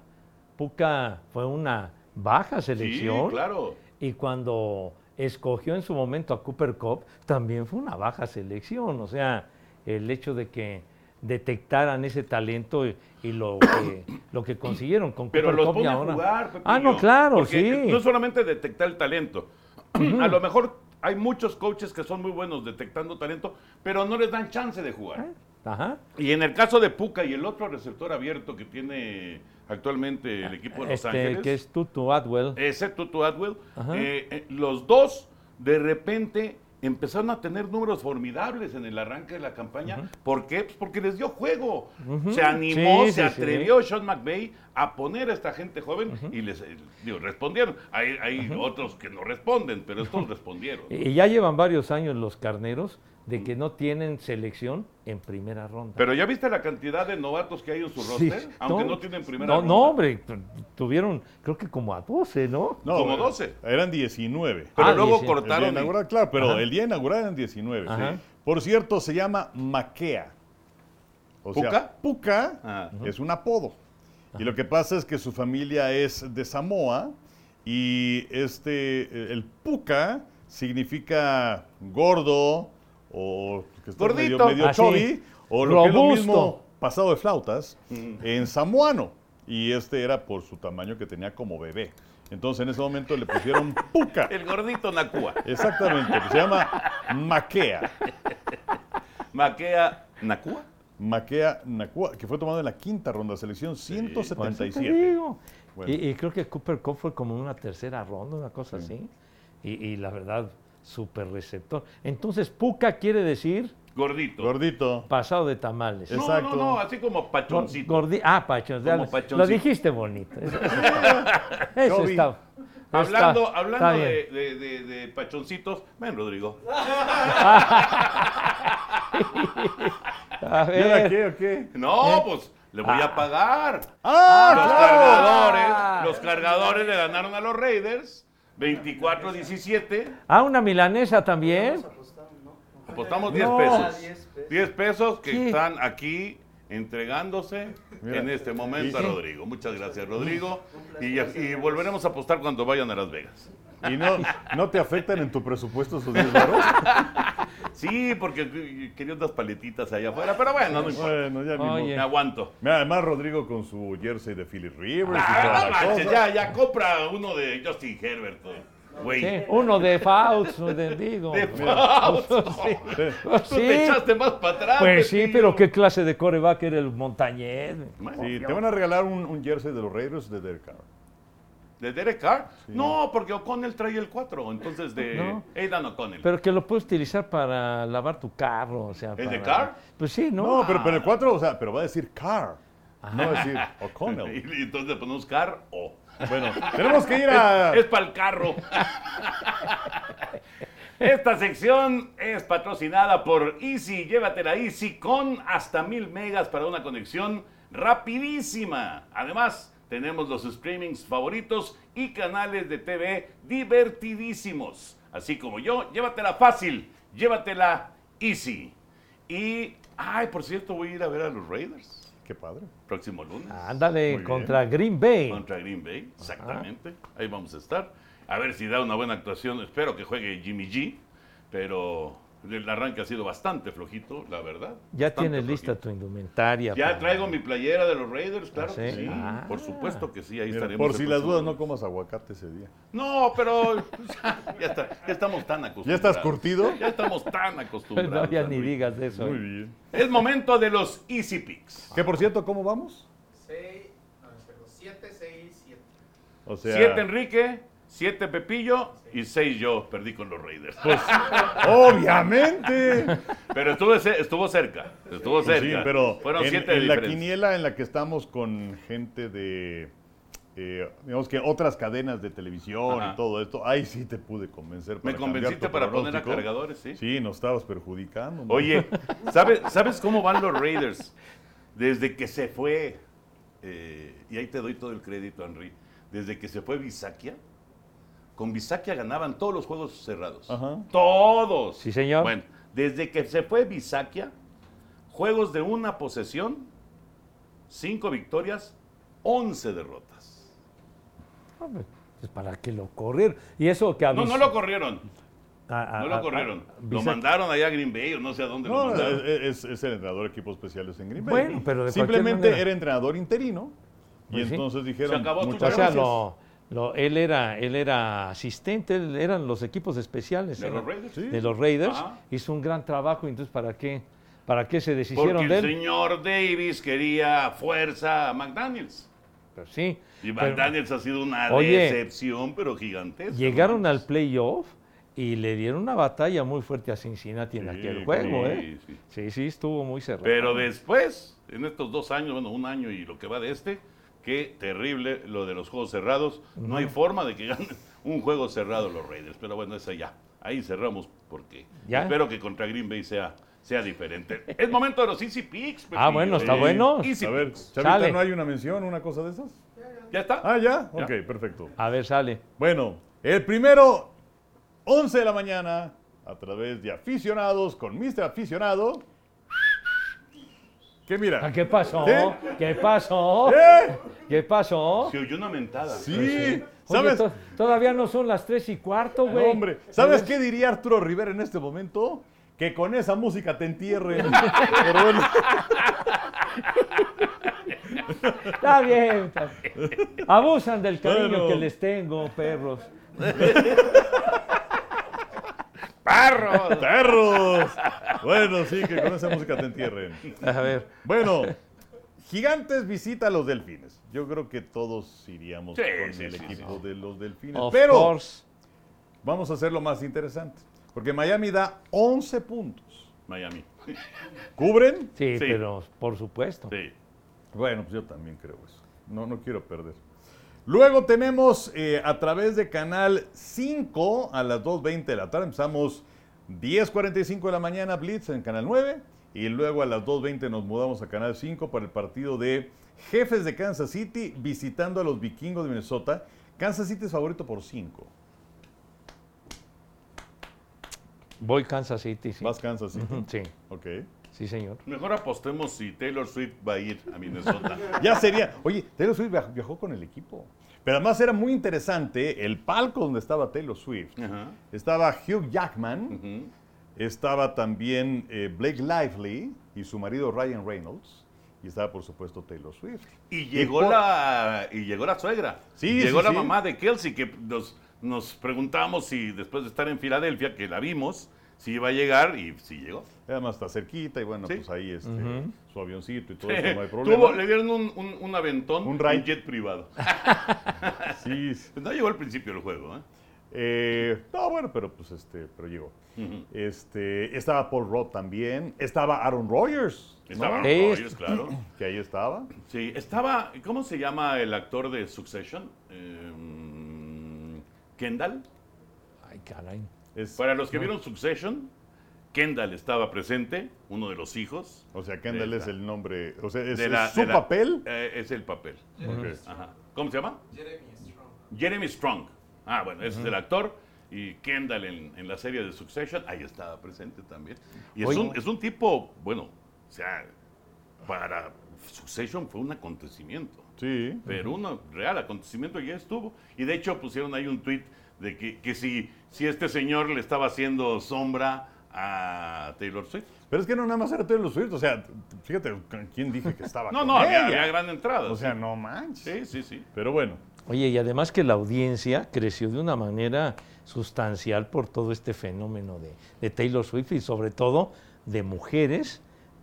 Puca fue una baja selección.
Sí, claro.
Y cuando escogió en su momento a Cooper Cup, también fue una baja selección. O sea, el hecho de que detectaran ese talento y, y lo, que, lo que consiguieron con
Pero
Cooper
los
Cup y
pone a
ahora.
jugar. Pepillo,
ah, no, claro,
porque
sí.
No solamente detectar el talento. a lo mejor hay muchos coaches que son muy buenos detectando talento, pero no les dan chance de jugar.
Ajá.
Y en el caso de Puca y el otro receptor abierto que tiene actualmente el equipo de Los
Este,
Ángeles. Eh.
que es Tutu Atwell.
excepto tu Atwell,
Ajá.
eh, eh, los dos de repente empezaron a tener números formidables en el arranque de la campaña. ¿Por qué? Pues porque les dio juego. Se animó,
Sí,
se
sí, sí.
atrevió Sean McVay a poner a esta gente joven y les eh, digo, respondieron. Hay, hay otros que no responden, pero estos respondieron.
Y ya llevan varios años los carneros de que no tienen selección en primera ronda.
Mm. Pero ya viste la cantidad de novatos que hay en su
Sí,
roster, aunque no, tienen primera
no,
ronda.
No, hombre, tu- tuvieron creo que como a 12, ¿no?
Como
eh,
12.
Eran 19.
Pero
Ah,
luego
El
sí, sí.
día
cortaron. y-
inaugural, claro, pero
Ajá.
el día inaugural eran 19.
Ajá.
sí. Por cierto, se llama Maquea. O
¿Puca?
sea, Puca
Ah.
es un apodo. Y lo que pasa es que su familia es de Samoa y este, eh, el Puca significa gordo o que está medio-
Gordito.
medio,
Ah, sí.
chubby, o lo que es lo
Robusto.
mismo pasado de flautas en samoano. Y este era por su tamaño que tenía como bebé. Entonces en ese momento le pusieron Puca.
El gordito Nakua.
Exactamente, se llama maquea.
Maquea Nakua.
Maquea Nakua, que fue tomado en la quinta ronda, selección 177.
Te digo.
Bueno.
Y, y creo que Cooper Cup fue como una tercera ronda, una cosa así. Y, y la verdad, súper receptor. Entonces, puca quiere decir
Gordito.
Gordito.
pasado de tamales.
No,
Exacto.
no, no, así como pachoncito.
Gordi- ah, pachón. ya
Como
lo-
pachoncito.
Lo dijiste bonito. Eso, eso
vi.
está.
hablando
está-
hablando
está
de,
bien.
de- de- de pachoncitos, ven, Rodrigo.
A
¿Y ahora
ver.
qué o qué?
No, pues le voy a pagar.
¡Ah!
Los
claro!
cargadores,
Ah.
los cargadores le ganaron a los Raiders 24-17.
Ah, una milanesa también.
Apostamos 10
No.
pesos. 10 pesos que
Sí.
están aquí entregándose
Mira.
en este momento a
Sí.
Rodrigo. Muchas gracias, Rodrigo. Y, y volveremos a apostar cuando vayan a Las Vegas.
¿Y no, no te afectan en tu presupuesto esos 10 varos?
Sí, porque quería unas paletitas allá afuera, pero bueno, no importa.
Bueno, ya
Oye.
mismo.
Me aguanto.
Mira, además Rodrigo con su jersey de Philly
Pues
Rivers y
Ah,
toda
no
la
manches,
cosa.
ya, ya compra uno de Justin Herbert, eh, güey.
Sí, uno de Fouts, de digo.
De Fausto. Oh, Tú te
Sí.
echaste más para atrás.
Pues sí,
metido.
pero qué clase de coreback era el Montañez.
Sí, te van a regalar un, un jersey de los Raiders de Derek Carr.
¿De Derek Carr? No, porque O'Connell trae el 4, entonces de
No.
Aidan O'Connell.
Pero que lo puedes utilizar para lavar tu carro. O sea,
¿El de
para-
Carr?
Pues sí, ¿no?
Ah.
No, pero, pero el 4, o sea, pero va a decir Carr, no va a decir O'Connell.
Y, y entonces le ponemos Carr o.
Bueno, tenemos que ir a...
Es para el carro. Esta sección es patrocinada por Easy. Llévatela Easy con hasta mil megas para una conexión rapidísima. Además, tenemos los streamings favoritos y canales de TV divertidísimos. Así como yo, llévatela fácil, llévatela Easy. Y, ay, por cierto, voy a ir a ver a los Raiders
Qué padre.
próximo lunes
Ah,
Ándale,
Muy
contra Green Bay.
contra Green Bay, exactamente. Ahí vamos a estar. A ver si da una buena actuación. Espero que juegue Jimmy G, pero el arranque ha sido bastante flojito, la verdad.
Ya
Bastante
tienes lista
flojito.
tu indumentaria. pues.
Ya
para-
traigo mi playera de los Raiders, claro
¿Ah,
que
sí?
sí.
Ah.
Por supuesto que sí, ahí
Mira,
estaremos.
por
el
si las
próximo
dudas no
lunes.
comas aguacate ese día.
No, pero ya, está- ya estamos tan acostumbrados.
¿Ya estás curtido?
Ya estamos tan acostumbrados.
No, ya ni
Luis.
digas eso.
Muy bien.
Es momento de los Easy Picks.
Que por cierto, ¿cómo vamos?
6, no, espera, 7, 6, 7.
O sea,
Siete Enrique, siete Pepillo y seis yo. Perdí con los Raiders.
obviamente.
Pero estuvo, ce- estuvo cerca, estuvo
Pues
cerca.
Sí, pero
Fueron
en,
siete de
en la
diferencia.
quiniela en la que estamos con gente de, eh, digamos que otras cadenas de televisión
Ajá.
y todo esto, ahí sí te pude convencer.
Me
para
convenciste
cambiar tu
para poner a
pronóstico.
cargadores, ¿sí?
Sí, nos estabas perjudicando. ¿no?
Oye, ¿sabes, ¿sabes cómo van los Raiders? Desde que se fue, eh, y ahí te doy todo el crédito, Henry, desde que se fue Bisaquia, con Bisaquia ganaban todos los juegos cerrados.
Ajá.
Todos.
Sí, señor.
Bueno, desde que se fue Bisaquia, juegos de una posesión, cinco victorias, once derrotas.
Hombre, pues para que lo corrieron. Y eso que
No,
avis-
no lo corrieron.
a-
Ah,
a-
No lo
a-
corrieron.
a-
Lo
avisa-
mandaron allá a Green Bay o no sé a dónde lo
No, eh,
mandaron.
es, es- es el entrenador de equipos especiales en Green Bay.
Bueno, pero de cualquier
Simplemente
manera.
era entrenador interino y
Pues sí.
entonces dijeron,
Se acabó tu
muchas
O sea,
gracias.
lo, lo- él, era, él era asistente, él- eran los equipos especiales
¿De
eran-
los Raiders?
eh, Sí.
de los Raiders.
Ajá.
Hizo un gran trabajo, entonces, ¿para qué, para qué se
Porque
deshicieron
el
de él?
señor Davis quería fuerza a McDaniels.
Pero Pues sí.
Y
pero
McDaniels ha sido una
Oye.
decepción, pero gigantesca.
llegaron
¿no?
al playoff y le dieron una batalla muy fuerte a Cincinnati en
Sí,
aquel juego,
sí,
¿eh?
sí.
Sí, sí, estuvo muy cerrado.
Pero después, en estos dos años, bueno, un año y lo que va de este, qué terrible lo de los juegos cerrados. No hay forma de que ganen un juego cerrado los Raiders. Pero bueno, esa ya. Ahí cerramos porque
¿Ya?
espero que contra Green Bay sea, sea diferente. es momento de los Easy Picks.
Ah,
Pepillo.
bueno, está
Sí.
bueno.
Easy
A ver,
Picks.
Chavita,
Sale.
¿no hay una mención, una cosa de esas?
¿Ya está?
Ah, ¿ya?
Ya.
Ok, perfecto.
A ver, sale.
Bueno, el primero, 11 de la mañana, a través de aficionados con Mr. Aficionado. Que
Ah,
mira.
¿Qué pasó?
¿Sí?
¿Qué pasó?
¡Eh!
¿Qué pasó?
Se oyó una mentada.
Sí,
Oye,
¿sabes?
to- todavía no son las tres y cuarto,
No,
güey.
hombre, ¿sabes qué diría Arturo Rivera en este momento? Que con esa música te entierren. Pero bueno,
Está bien. está bien. Abusan del cariño
Bueno.
que les tengo, perros.
¡Perros!
¡Perros! Bueno, sí, que con esa música te entierren.
A ver.
Bueno, Gigantes visita a los Delfines. Yo creo que todos iríamos
Sí,
con
sí,
el
sí,
equipo de los Delfines.
Of
pero
course.
vamos a hacerlo más interesante. Porque Miami da 11 puntos.
Miami.
¿Cubren?
Sí,
Sí.
pero por supuesto.
Sí.
Bueno, pues yo también creo eso. No, no quiero perder. Luego tenemos eh, a través de Canal 5 a las 2.20 de la tarde. Empezamos 10.45 de la mañana Blitz en Canal 9. Y luego a las 2.20 nos mudamos a Canal 5 para el partido de Jefes de Kansas City visitando a los vikingos de Minnesota. Kansas City es favorito por 5.
Voy Kansas City, sí.
Vas Kansas City.
Ujú, Sí,
Ok.
sí, señor.
Mejor apostemos si Taylor Swift va a ir a Minnesota.
Ya sería. Oye, Taylor Swift viajó, viajó con el equipo. Pero además era muy interesante el palco donde estaba Taylor
Ah.
Swift.
Ajá.
Estaba Hugh Jackman,
Ujú.
estaba también eh, Blake Lively y su marido Ryan Reynolds, y estaba por supuesto Taylor Swift.
Y llegó
por-
la y llegó la suegra.
Sí,
llegó
sí,
la
sí.
mamá de Kelsey que nos nos preguntamos si después de estar en Filadelfia que la vimos si iba a llegar y si llegó.
Además está cerquita y bueno,
Sí.
pues ahí este,
Ujú.
su avioncito y todo eso, no hay
Tuvo- le
problema.
dieron un, un- un aventón,
Un
un,
ride.
jet privado.
Sí, sí.
No llegó al principio del juego, ¿eh?
Eh, no, bueno, pero pues este, pero llegó. Este, estaba Paul Rudd también, estaba Aaron Rodgers, ¿no?
Estaba Aaron
Sí.
Rodgers, claro.
que ahí estaba.
Sí, estaba, ¿cómo se llama el actor de Succession? Eh, Kendall.
Ay, caray.
Es-
Para los que vieron Succession, Kendall estaba presente, uno de los hijos.
o sea, Kendall
De
es
esta.
el nombre, o sea, es,
De
es
la-
su
de la-
papel.
eh, es el papel.
Ok.
Ajá. ¿Cómo se llama?
Jeremy Strong.
Jeremy Strong. Ah, bueno, ese es el actor. Y Kendall en, en la serie de Succession, ahí estaba presente también. Y es
Oye.
un, es un tipo, bueno, o sea, para Succession fue un acontecimiento.
Sí.
Pero un real acontecimiento que ya estuvo. Y de hecho pusieron ahí un tuit de que, que si, si este señor le estaba haciendo sombra a Taylor Swift.
Pero es que no nada más era Taylor Swift, o sea, t- fíjate con quién dije que estaba
No,
con
no, había,
ella.
había gran entrada.
O sea,
sí.
no manches.
sí, sí, sí.
Pero bueno,
Oye, y además que la audiencia creció de una manera sustancial por todo este fenómeno de, de Taylor Swift y sobre todo de mujeres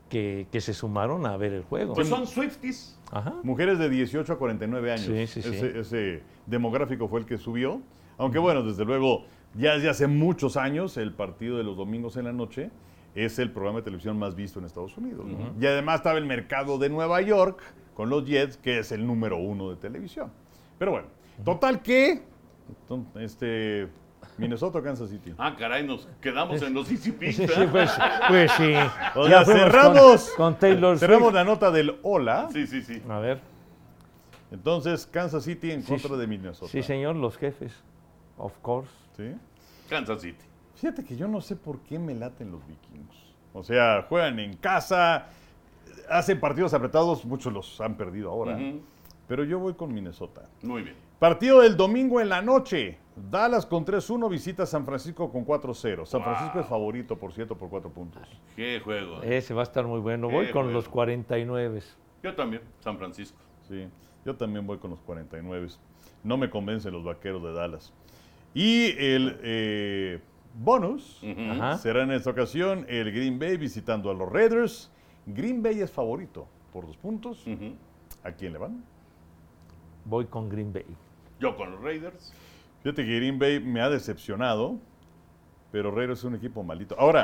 que, que se sumaron a ver el juego.
Pues son Swifties.
Ajá.
mujeres de 18 a 49 años.
Sí, sí, sí.
Ese, ese demográfico fue el que subió. Aunque bueno, desde luego, ya desde hace muchos años, el partido de los domingos en la noche es el programa de televisión más visto en Estados Unidos. ¿no? Y además estaba el mercado de Nueva York con los Jets, que es el número uno de televisión. Pero bueno, total que... ton- Este, Minnesota, o Kansas City.
Ah, caray, nos quedamos en los Easy Picks,
Sí, sí,
¿verdad?
pues, pues sí.
O sea,
Ya fuimos
cerramos.
Con, con Taylor
Cerramos
Swift.
la nota del hola.
Sí, sí, sí.
A ver.
Entonces, Kansas City en
Sí,
contra
sí.
de Minnesota.
Sí, señor, los jefes. Of course.
¿Sí?
Kansas City.
Fíjate que yo no sé por qué me laten los vikingos. O sea, juegan en casa, hacen partidos apretados, muchos los han perdido ahora.
Ujú.
Pero yo voy con Minnesota.
Muy bien.
Partido del domingo en la noche. Dallas con 3-1 visita a San Francisco con 4-0. San
Wow.
Francisco es favorito, por cierto, por 4 puntos.
Qué juego. ¿eh?
Ese va a estar muy bueno. Voy
Qué
con
bueno.
los 49.
Yo también, San Francisco.
Sí, yo también voy con los 49. No me convencen los vaqueros de Dallas. Y el eh, bonus
Ujú.
Ajá.
será en esta ocasión el Green Bay visitando a los Raiders. Green Bay es favorito por dos puntos.
Ujú.
¿A quién le van?
Voy con Green Bay.
Yo con los Raiders.
Fíjate que Green Bay me ha decepcionado, pero Raiders es un equipo malito. Ahora,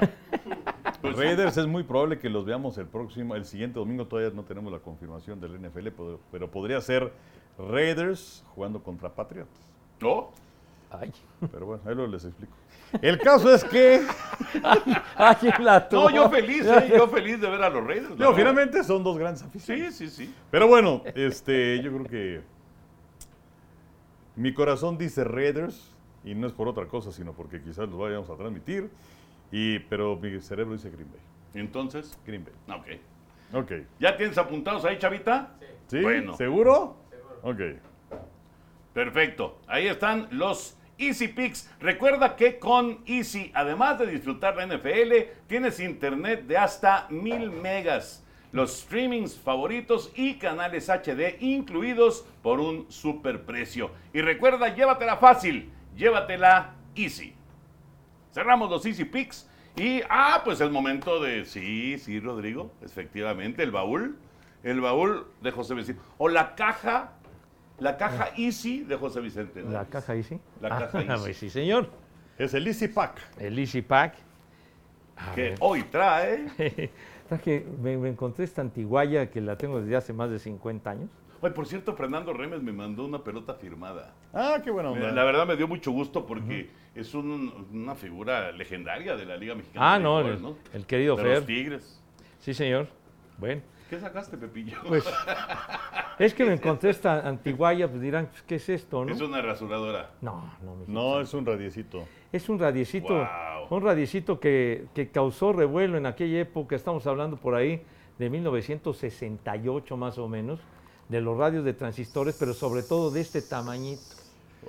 Pues
Raiders es muy probable que los veamos el próximo, el siguiente domingo. Todavía no tenemos la confirmación del NFL, pero- pero podría ser Raiders jugando contra Patriotas.
¿No?
Ay,
Pero bueno, ahí luego les explico. El caso es que,
ay la
No,
tuvo.
yo feliz, ¿eh? yo feliz de ver a los Raiders. la
digo,
verdad.
finalmente son dos grandes
Sí,
aficiones.
sí, sí.
Pero bueno, este, yo creo que mi corazón dice Raiders y no es por otra cosa, sino porque quizás los vayamos a transmitir. Y, pero mi cerebro dice Green Bay.
Entonces, ah,
Green Bay.
ok.
Ok.
¿Ya tienes apuntados ahí, Chavita?
Sí.
¿Sí?
Bueno.
¿Seguro?
Seguro.
Ok.
Perfecto. Ahí están los Easy Picks. Recuerda que con Easy, además de disfrutar la NFL, tienes internet de hasta mil megas. Los streamings favoritos y canales HD incluidos por un superprecio. Y recuerda, llévatela fácil, llévatela easy. Cerramos los Easy Picks. Y, ah, pues el momento de. Sí, sí, Rodrigo, efectivamente, el baúl. El baúl de José Vicente. O la caja. La caja Easy de José Vicente. ¿no?
La caja Easy.
La caja
Ah,
Easy.
pues sí, señor.
Es el Easy Pack.
El Easy Pack. A
Que
ver.
hoy trae.
Traje- me, me encontré esta antiguaya que la tengo desde hace más de 50 años.
Oye, por cierto, Fernando Remes me mandó una pelota firmada.
Ah, qué buena
Mira,
onda.
La verdad me dio mucho gusto porque es un- una figura legendaria de la Liga Mexicana.
Ah,
de
no,
Béisbol,
el, el querido
De los
Fer.
Tigres.
Sí, señor. Bueno,
¿Qué sacaste, Pepillo?
pues es que me encontré esta antiguaya, pues dirán, pues, ¿qué es esto, no?
Es una rasuradora.
No, no, mijito.
No, es un radiecito.
Es un radiecito,
Guau.
un radiecito que, que causó revuelo en aquella época, estamos hablando por ahí de 1968 más o menos, de los radios de transistores, pero sobre todo de este tamañito.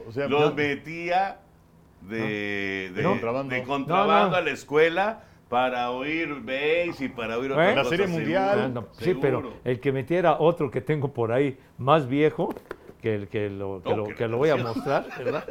O sea,
Los
no-
metía de, de,
De contrabando.
de contrabando
Ah. No, no.
a la escuela para oír bass y para oír otra cosa,
Bueno.
La Serie Mundial.
seguro,
¿Eh? Ah, no, sí, pero
seguro.
el que metiera otro que tengo por ahí más viejo, que, el, que, lo, que,
Oh,
lo,
qué
que lo voy a mostrar, ¿verdad?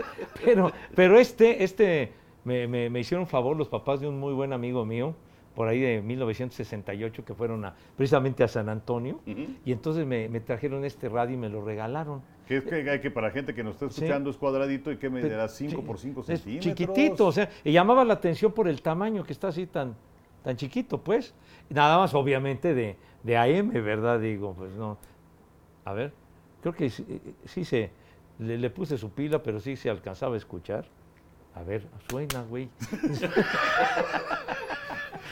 Pero, pero este, este me, me- me hicieron favor los papás de un muy buen amigo mío, por ahí de 1968, que fueron a- precisamente a San Antonio,
Ujú.
y entonces me, me trajeron este radio y me lo regalaron.
Que es que, hay que para gente que nos está
Sí.
escuchando es cuadradito y que
Pe-
medirá 5 por 5
es
centímetros.
Chiquitito, o sea, y llamaba la atención por el tamaño que está así tan, tan chiquito, pues. Nada más, obviamente, de, de AM, ¿verdad? Digo, pues no. A ver, creo que sí, eh, sí se. Le, le puse su pila, pero sí se alcanzaba a escuchar. A ver, suena, güey.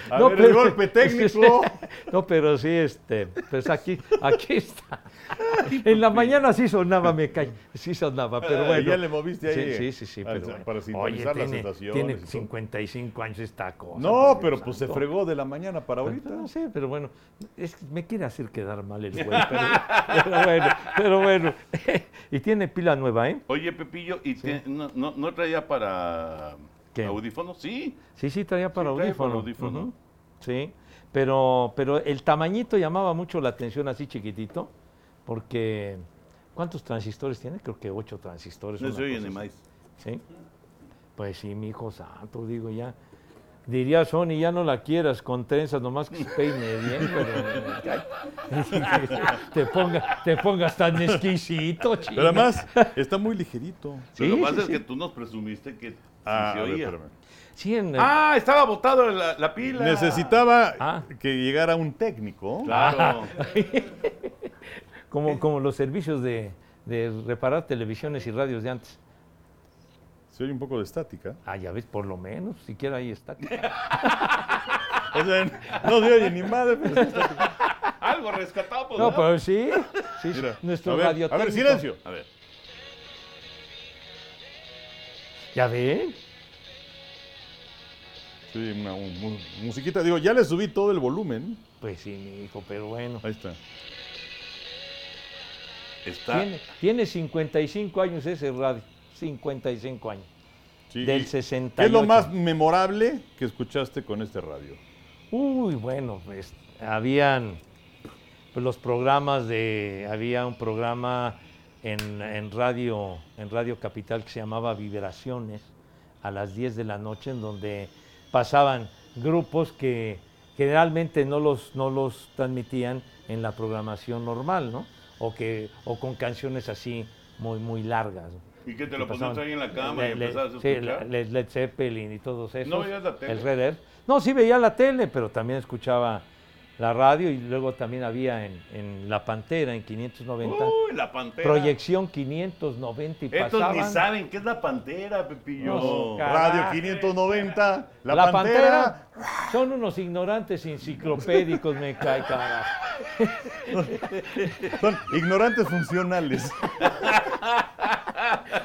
A
No,
ver, el
pero-
golpe técnico.
No, pero sí, este, pues aquí, aquí está. En la mañana sí sonaba, me cae, sí sonaba, pero
Ah,
bueno.
ya le moviste ahí, eh.
Sí, sí, sí, sí,
al-
pero
para
bueno.
sintonizar
Oye,
las
tiene-
estaciones y
Tiene
todo.
55 años esta cosa.
no,
por
pero
Dios
pues se
santo.
fregó de la mañana para ahorita.
No sé, pero bueno, es que me quiere hacer quedar mal el güey, pero, pero bueno, pero bueno. y tiene pila nueva, ¿eh?
Oye, Pepillo, ¿y te- no, no- no traía para
¿Qué?
audífonos? Sí.
Sí, sí, traía para
Sí, trae para
audífono.
audífono.
Ujú. Sí, pero, pero el tamañito llamaba mucho la atención así chiquitito, porque ¿cuántos transistores tiene? Creo que ocho transistores.
No
una
se oye
cosa
ni
así.
más.
Sí. Pues sí, mi hijo santo, digo ya. Diría Sony, ya no la quieras con trenzas, nomás que se peine bien, pero te, ponga, te pongas tan exquisito, chico.
Pero además, está muy ligerito.
Sí,
lo que
sí,
pasa es
sí.
que tú nos presumiste que sí
Ah,
se
a ver,
oía.
espérame.
Sí, en el-
ah, estaba botado la, la pila.
Necesitaba
Ah.
que llegara un técnico.
Claro.
Eh.
como, como los servicios de, de reparar televisiones y radios de antes.
Se oye un poco de estática.
Ah, ya ves, por lo menos, siquiera ahí está.
O sea, no se oye ni madre. pero está estática.
Algo pues, rescatamos.
Ah. No, pues,
¿verdad?
pero sí, sí, sí,
Mira,
nuestro
a ver,
radio
A ver, silencio.
A ver.
Ya ven,
Sí, una un- un- musiquita. Digo, ya le subí todo el volumen.
pues sí, mi hijo, pero bueno.
Ahí está.
Está.
Tiene, tiene 55 años ese radio, 55 años.
Sí,
Del
y-
68.
¿Qué es lo más memorable que escuchaste con este radio?
Uy, bueno, pues habían pues, los programas de, había un programa en, en radio, en Radio Capital que se llamaba Vibraciones a las 10 de la noche, en donde pasaban grupos que generalmente no los, no los transmitían en la programación normal, ¿no? O que, o con canciones así muy, muy largas. ¿no?
¿Y qué te
que
lo ponías
pasaban.
ahí en la cama y
Le- le-
empezabas a
sí,
escuchar?
la- le- Led Zeppelin y todos esos.
veías la tele?
El Red Earth. No, sí veía la tele, pero también escuchaba la radio y luego también había en, en La Pantera, en 590.
Uy, la pantera.
proyección 590 y
Oh, Estos
pasaban.
ni saben qué es la pantera, Pepillo.
No, ca-
Oh. Radio
Pues, Carajo.
590, La,
La
Pantera.
Pantera. Son unos ignorantes enciclopédicos, me cae carajo.
Son ignorantes funcionales.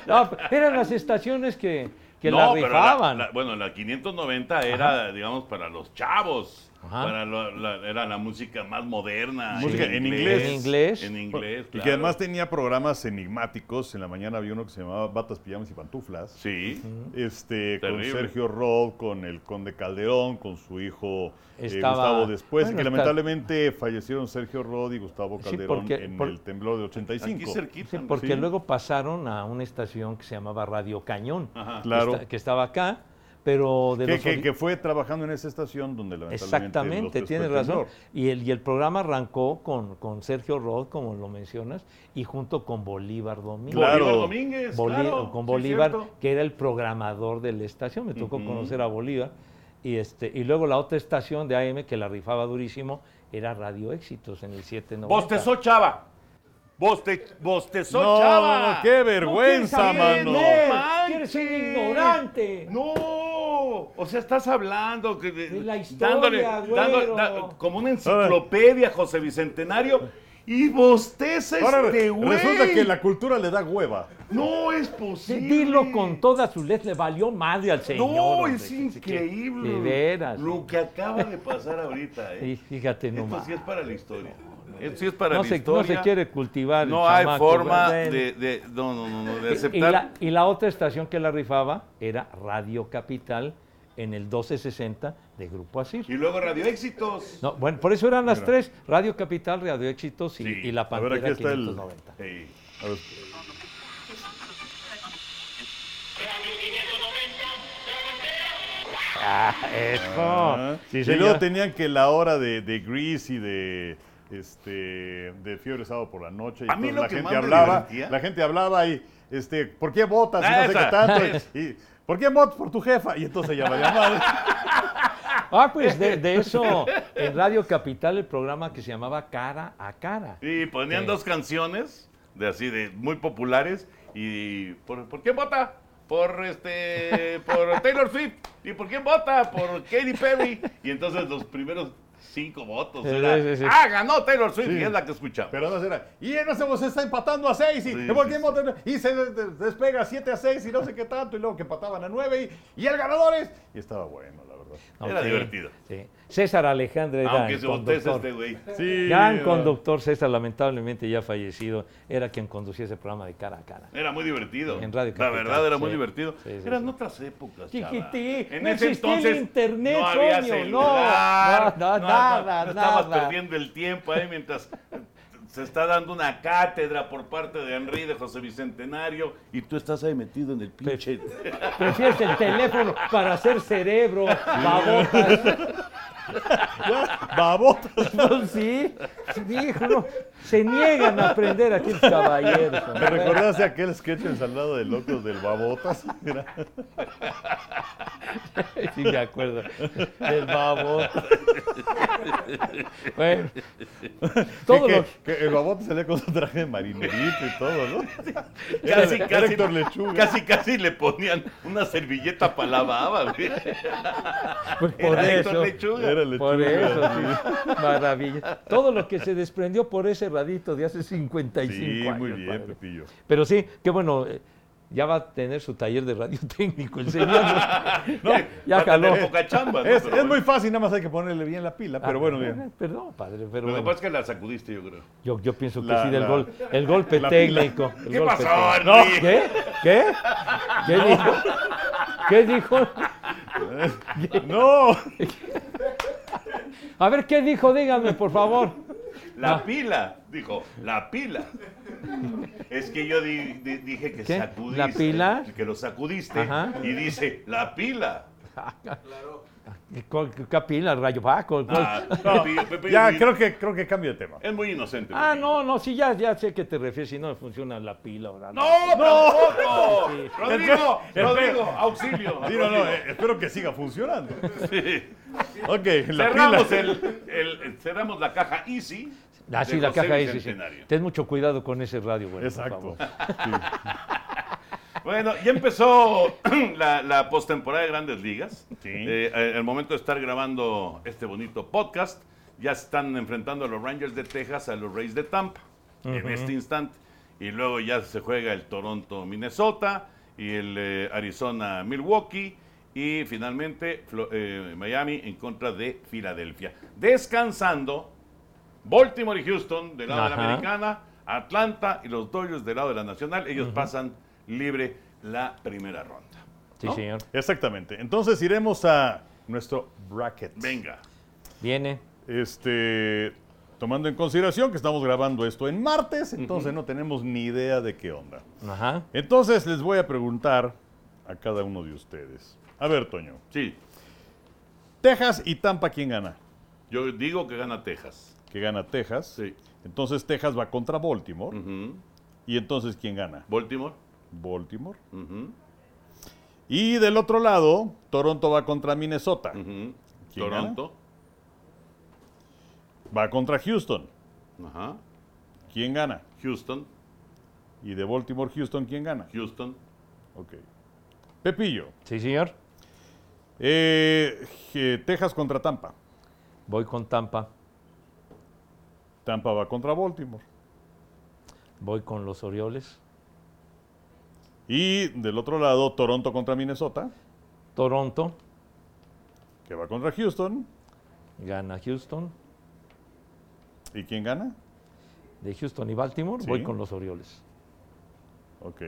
No, eran las estaciones que, que
No,
la
pero
rifaban.
la- bueno, la 590 era, digamos, para los chavos.
Ajá.
Para lo- la- era la música más moderna.
Música en inglés.
En inglés.
En inglés,
Y que
claro.
además tenía programas enigmáticos. En la mañana había uno que se llamaba Batas, Pijamas y Pantuflas.
Sí.
Este, con
Terrible.
Sergio Rod, con el Conde Calderón, con su hijo eh,
Estaba-
Gustavo después,
bueno,
que
está-
lamentablemente fallecieron Sergio Rod y Gustavo
Sí,
Calderón
porque-
en
por-
el temblor de
Aquí
85.
cerquita.
Sí,
¿no?
porque
sí.
luego pasaron a una estación que se llamaba Radio Cañón.
Ajá.
que
Claro.
esta- que estaba acá, pero de
Que,
los
que-
ori-
que fue trabajando en esa estación donde lamentablemente... los
Exactamente,
tres
tienes
fue el
razón.
temblor.
Y el, y el programa arrancó con, con Sergio Rod, como lo mencionas, y junto con Bolívar Domingo.
Claro.
Bolívar Domínguez,
Bolí-
claro,
con
sí,
Bolívar,
cierto.
que era el programador de la estación. Me tocó
Ujú.
conocer a Bolívar. Y, este, y luego la otra estación de AM que la rifaba durísimo era Radio Éxitos en el 790.
Bostezó Chava. Boste, bostezó
No,
Chava.
qué
No
vergüenza,
quieres
mano.
saber,
No, quieres ser
manches.
ignorante.
No. O sea, estás hablando que de,
De la historia, güero.
como una enciclopedia José Bicentenario y bosteza
Ahora
este
re-
güey.
resulta que la cultura le da hueva.
No es
Sí,
posible.
dilo con todas sus letras, le valió madre al señor.
No,
hombre,
es
que- que- que-
increíble.
De veras.
Lo que acaba de pasar ahorita, ¿eh?
Sí, fíjate
Esto
nomás.
sí es para la historia. Esto sí es para
no,
la
se, no
historia.
se quiere cultivar. el
No hay
chamaco,
forma
bueno.
de, de- no, no, no, no, de
Y
aceptar.
la, y la otra estación que la rifaba era Radio Capital en el 1260 de
Y
Grupo Asir.
luego Radio Éxitos.
No, bueno, por eso eran las tres, Radio Capital, Radio Éxitos y,
Sí.
y La
A ver,
Pantera
aquí está el...
590.
Ey, a ver.
Eso, Ah, sí,
y
señor.
luego tenían que la hora de, de Grease y de este de fiebre sábado por la noche y
A mí
entonces
lo
la
que
gente
más me
hablaba
divertía-
la gente hablaba y este por qué votas y
Ah,
no sé
esa.
qué tanto y, y, por qué votas por tu jefa y entonces ya la llamaba
Ah, pues de, de eso, en Radio Capital el programa que se llamaba Cara a Cara.
Y ponían
Sí.
dos canciones de así de muy populares. Y ¿por, por quién vota? Por este por Taylor Swift. ¿Y por quién vota? Por Katy Perry. Y entonces los primeros cinco votos
Sí,
era,
sí, sí.
ah, ganó Taylor Swift
Sí.
y es la que escuchamos.
pero no será y no se nos está empatando a seis y,
Sí,
¿por
sí,
qué
sí.
votas? y se de- de- despega siete a seis y no sé qué tanto y luego que empataban a nueve y, y el ganador es y estaba bueno la verdad
Era divertido. Ah,
sí. César Alejandro era
Aunque
el
se bosteza
conductor.
este güey.
sí
Gran
era-
conductor César, lamentablemente ya fallecido, era quien conducía ese programa de cara a cara.
Era muy divertido.
En Radio
la
Capital,
verdad era muy
sí.
divertido.
Sí, sí,
Eran
sí.
otras épocas. chava.
Chiquití,
En
no
ese
existía el
entonces
internet,
no había
Soño, no.
celular,
No, no, nada,
no Estabas
nada.
perdiendo el tiempo ahí mientras se está dando una cátedra por parte de Henry de José Bicentenario y tú estás ahí metido en el pinche.
Prefieres el teléfono para hacer cerebro, babotas.
Ya, babotas
No, sí, hijo, no, se niegan a aprender aquí los caballeros.
¿Me
hombre.
recordaste aquel sketch ensalado de locos del babotas? Era-
Sí, me acuerdo. El babotas. Bueno, todos
que,
los,
que el babotas salía con su traje de marinerito y todo, ¿no? Era-
Casi,
era
casi,
Héctor Lechuga.
casi, casi le ponían una servilleta para la baba, güey.
pues, por
Era Héctor
eso.
Lechuga.
Era lechuga.
Por eso, sí. Maravilla. Todo lo que se desprendió por ese radito de hace 55
Sí,
años.
muy bien,
padre.
Pepillo.
Pero sí, qué bueno. eh, Ya va a tener su taller de radio técnico el señor.
No,
ya
va a tener
jaló.
poca chamba, ¿no?
Es,
Pero
es
bueno.
muy fácil, nada más hay que ponerle bien la pila, pero bueno,
Ah,
bien.
Perdón, padre, pero
Lo que
bueno,
pasa es que la sacudiste, yo creo.
yo, yo pienso que
La-
sí del
la-
gol, el golpe
la pila.
técnico. el
¿Qué
golpe
pasó,
técnico.
Henry?
¿Qué? ¿Qué? ¿Qué dijo? ¿Qué dijo?
¡No!
A ver, ¿qué dijo? Dígame, por favor.
La
Ah.
pila, dijo, la pila. Es que yo di- di- dije que
¿Qué?
sacudiste.
¿La pila?
Que lo sacudiste.
Ajá.
Y dice, la pila.
¿Cuál- qué Capila, rayo Paco. ¿Cuál-
Ah, Pepe- Pepe-
Ya,
Pepe-
creo que, creo que cambio de tema.
Es muy inocente.
Ah,
Pepe.
no, no, sí, ya, ya sé que te refieres, si no funciona la pila ahora.
¡No, tampoco!
Sí.
¡Rodrigo!
Entonces,
¡Rodrigo! ¡Auxilio!
Sí, no, no,
Rodrigo.
eh, espero que siga funcionando.
eh.
Sí.
Ok, la
Cerramos,
pila.
el, el- el- cerramos la caja Easy.
Ah, sí,
de
la
José
caja es. sí, sí.
Bicentenario.
Ten mucho cuidado con ese radio, güey.
Exacto. Sí.
Bueno, ya empezó la, la postemporada de Grandes Ligas.
Sí.
Eh, eh, el momento de estar grabando este bonito podcast, ya se están enfrentando a los Rangers de Texas a los Rays de Tampa en este instante. Y luego ya se juega el Toronto-Minnesota y el eh, Arizona-Milwaukee. Y finalmente Flo- eh, Miami en contra de Filadelfia. Descansando, Baltimore y Houston del lado de la
Ajá.
americana, Atlanta y los Dodgers del lado de la nacional. Ellos pasan libre la primera ronda.
Sí,
¿no?
señor.
Exactamente. Entonces iremos a nuestro bracket.
Venga.
Viene.
Este, tomando en consideración que estamos grabando esto en martes, entonces no tenemos ni idea de qué onda.
Ajá.
Entonces les voy a preguntar a cada uno de ustedes. A ver, Toño.
Sí,
Texas y Tampa, ¿quién gana?
yo digo que gana Texas.
Que gana Texas.
Sí.
Entonces Texas va contra Baltimore.
Ujú.
Y entonces, ¿quién gana?
Baltimore.
Baltimore.
Ujú,
Y del otro lado, Toronto va contra Minnesota.
ujú.
¿Quién gana?
Toronto.
Va contra Houston.
Ajá.
¿Quién gana?
Houston.
Y de Baltimore, Houston, ¿quién gana?
Houston.
Ok. Pepillo.
Sí, señor.
eh, je- Texas contra Tampa.
Voy con Tampa.
Tampa va contra Baltimore.
Voy con los Orioles.
Y del otro lado, Toronto contra Minnesota,
Toronto.
que va contra Houston.
Gana Houston.
¿Y quién gana?
De Houston y Baltimore.
Sí.
Voy con los Orioles.
Ok.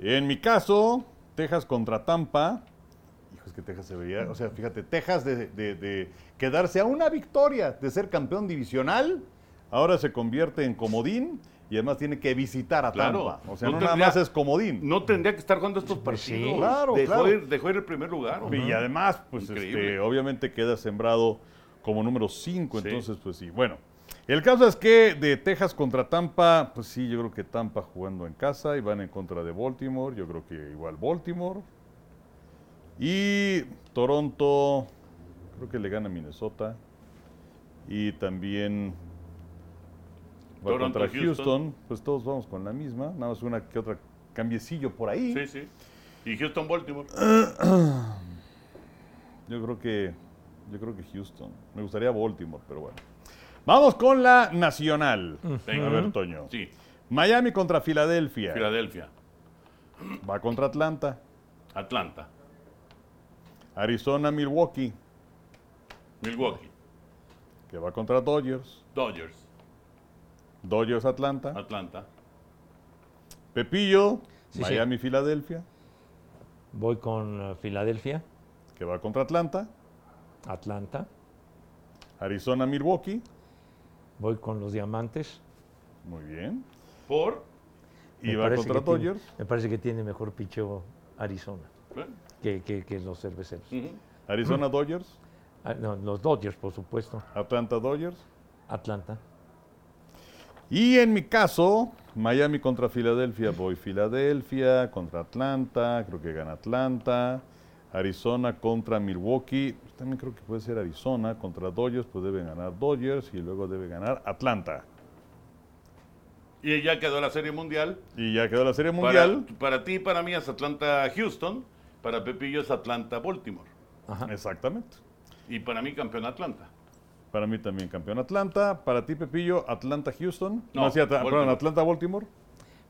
En mi caso, Texas contra Tampa. Hijo, es que Texas se veía. O sea, fíjate, Texas de, de- de quedarse a una victoria de ser campeón divisional, ahora se convierte en comodín y además tiene que visitar a
Claro.
Tampa. O sea,
No
no, nada
tendría-
más es comodín.
No tendría que estar jugando estos
Pues sí,
partidos.
claro,
dejó,
claro.
Ir, dejó ir el primer lugar.
Y además, pues
Increíble.
este, obviamente queda sembrado como número 5,
Sí.
entonces pues sí. Bueno, el caso es que de Texas contra Tampa, pues sí, yo creo que Tampa jugando en casa y van en contra de Baltimore, yo creo que igual Baltimore. Y Toronto, creo que le gana a Minnesota. Y también va
Toronto,
contra
Houston.
Houston. pues todos vamos con la misma, nada más una que otra cambiecillo por ahí.
Sí, sí. Y Houston Baltimore.
Yo creo que yo creo que Houston. Me gustaría Baltimore, pero bueno. Vamos con la nacional.
Venga.
A ver, Toño.
Sí,
Miami contra Filadelfia.
Filadelfia,
Va contra Atlanta.
Atlanta,
Arizona, Milwaukee,
Milwaukee,
que va contra Dodgers.
Dodgers,
Dodgers, Atlanta.
Atlanta,
Pepillo,
Sí,
Miami, Filadelfia,
Voy con eh, Filadelfia.
que va contra Atlanta.
Atlanta.
Arizona, Milwaukee.
Voy con los Diamantes.
Muy bien.
por
Y
Me
va
parece
contra
que tiene-
Dodgers.
me parece que tiene mejor picheo Arizona
bueno,
que, que- que los cerveceros.
ujú,
Arizona, Dodgers.
Ah, no, los Dodgers, por supuesto.
Atlanta, Dodgers.
Atlanta.
Y en mi caso, Miami contra Filadelfia, voy Filadelfia contra Atlanta, creo que gana Atlanta. Arizona contra Milwaukee, también creo que puede ser Arizona contra Dodgers, pues debe ganar Dodgers y luego debe ganar Atlanta.
y ya quedó la Serie Mundial.
Y ya quedó la Serie
Para-
Mundial.
Para, ti y para mí es Atlanta Houston, para Pepillo es Atlanta Baltimore
Ajá.
Exactamente.
y para mí campeón Atlanta.
Para mí también campeón Atlanta, para ti Pepillo, Atlanta Houston, no,
No,
sí, Atla-
Baltimore.
perdón, Atlanta Baltimore.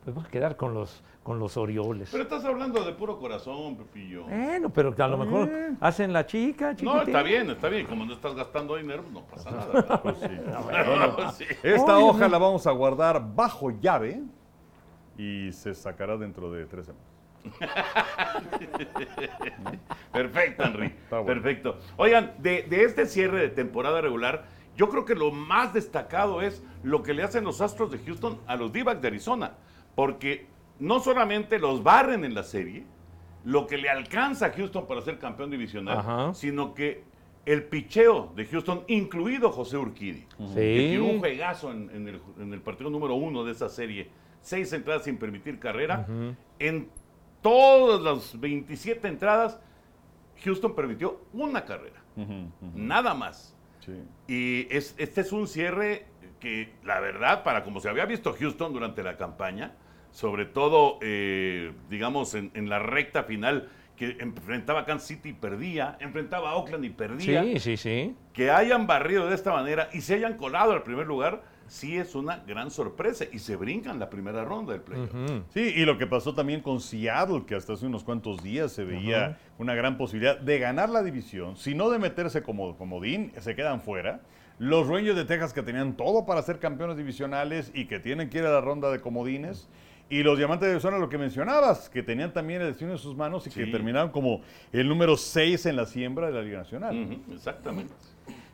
Pues va a quedar con los, con los Orioles.
Pero estás hablando de puro corazón, Pepillo.
Bueno, pero a lo mejor
bien.
hacen la chica,
No,
chiquitín.
está bien, está bien. Como no estás gastando dinero, no pasa nada. ¿verdad?
Pues sí.
Sí.
Esta
Oye,
hoja
no.
la vamos a guardar bajo llave y se sacará dentro de tres semanas.
Perfecto, Henry.
Está bueno.
Perfecto. Oigan, de, de este cierre de temporada regular, yo creo que lo más destacado es lo que le hacen los Astros de Houston a los d de Arizona. Porque no solamente los barren en la serie, lo que le alcanza a Houston para ser campeón divisional,
Ajá.
sino que el picheo de Houston, incluido José Urquidi, que tiró un
Sí.
juegazo en, en el, en el partido número uno de esa serie. Seis entradas sin permitir carrera. En todas las 27 entradas, Houston permitió una carrera. Nada más.
Sí.
Y es- este es un cierre que, la verdad, para como se había visto Houston durante la campaña, sobre todo, eh, digamos, en, en la recta final, que enfrentaba a Kansas City y perdía, enfrentaba a Oakland y perdía
Sí, sí, sí.
que hayan barrido de esta manera y se hayan colado al primer lugar, sí es una gran sorpresa y se brincan la primera ronda del playoff.
Ujú.
Sí, y lo que pasó también con Seattle, que hasta hace unos cuantos días se veía
Ajá.
una gran posibilidad de ganar la división, si no de meterse como comodín, se quedan fuera. Los Rangers de Texas que tenían todo para ser campeones divisionales y que tienen que ir a la ronda de comodines. Y los Diamantes de Arizona, lo que mencionabas, que tenían también el destino en sus manos y que
Sí.
terminaron como el número 6 en la siembra de la Liga Nacional.
Ujú, exactamente.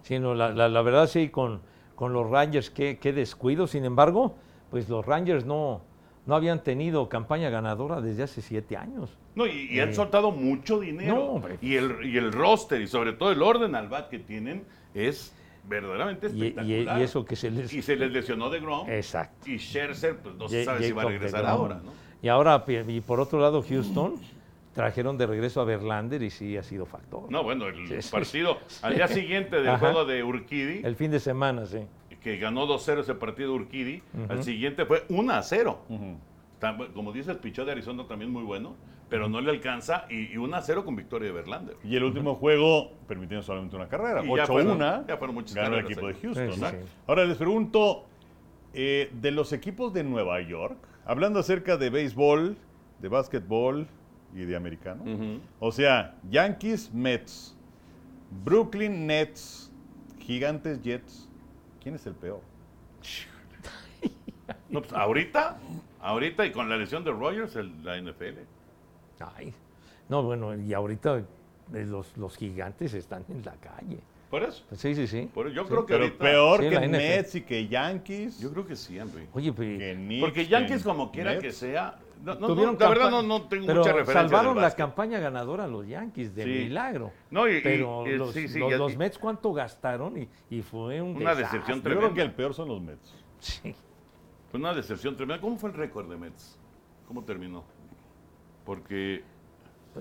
Sí, no, la, la- la verdad sí, con, con los Rangers, qué, qué descuido. Sin embargo, pues los Rangers no, no habían tenido campaña ganadora desde hace siete años.
No, y, y han soltado mucho dinero.
No, hombre. pues.
y, el, y el roster, y sobre todo el orden al bat que tienen, es verdaderamente
Y- y-
espectacular.
y eso que se les-
Y se les lesionó de Grom.
Exacto.
Y Scherzer, pues no se
Ye-
sabe si va a
Jacob
regresar
deGrom.
ahora, ¿no?
Y ahora, pi- y por otro lado, Houston trajeron de regreso a Verlander y sí ha sido factor.
No, bueno, el
Sí, sí.
partido al día siguiente del
Ajá.
juego de Urquidi,
El fin de semana, sí.
que ganó 2-0 ese partido Urquidi, al siguiente fue 1-0. Tam- Como dice el pichón de Arizona también muy bueno, pero no le alcanza y, y 1-0 con victoria de Verlander.
Y el último juego permitieron solamente una carrera.
Y ya fueron-
8-1.
ya fueron muchas
Ganó el
carreras
equipo
ahí.
de Houston.
Sí,
¿no?
sí, sí.
Ahora les pregunto, eh, de los equipos de Nueva York, hablando acerca de béisbol, de básquetbol y de americano, o sea, Yankees, Mets, Brooklyn Nets, Gigantes Jets, ¿quién es el peor?
No, pues, ahorita, ahorita y con la lesión de Rogers, el- la NFL.
Ay. No, bueno, y ahorita eh, los, los gigantes están en la calle.
Por eso.
Sí, sí, sí.
Por- yo
Sí.
creo que
Pero
ahorita.
peor
Sí,
que
la NFL.
Mets y que Yankees,
Yo creo que sí, Henry.
Oye, pues, pero-
que Knicks,
Porque Yankees,
que
como quiera
Mets.
que sea. No, no,
tuvieron
no, la verdad,
campa-
no, no tengo
pero
mucha referencia.
Salvaron
del
la
básquet.
campaña ganadora los Yankees de
Sí.
milagro.
No, y- y-
pero
y-
los,
sí, sí,
los-
y-
los Mets cuánto gastaron y, y fue un
Una
desastre.
decepción
Yo creo
tremenda.
que el peor son los Mets.
Sí.
Fue una decepción tremenda. ¿Cómo fue el récord de Mets? ¿Cómo terminó? Porque.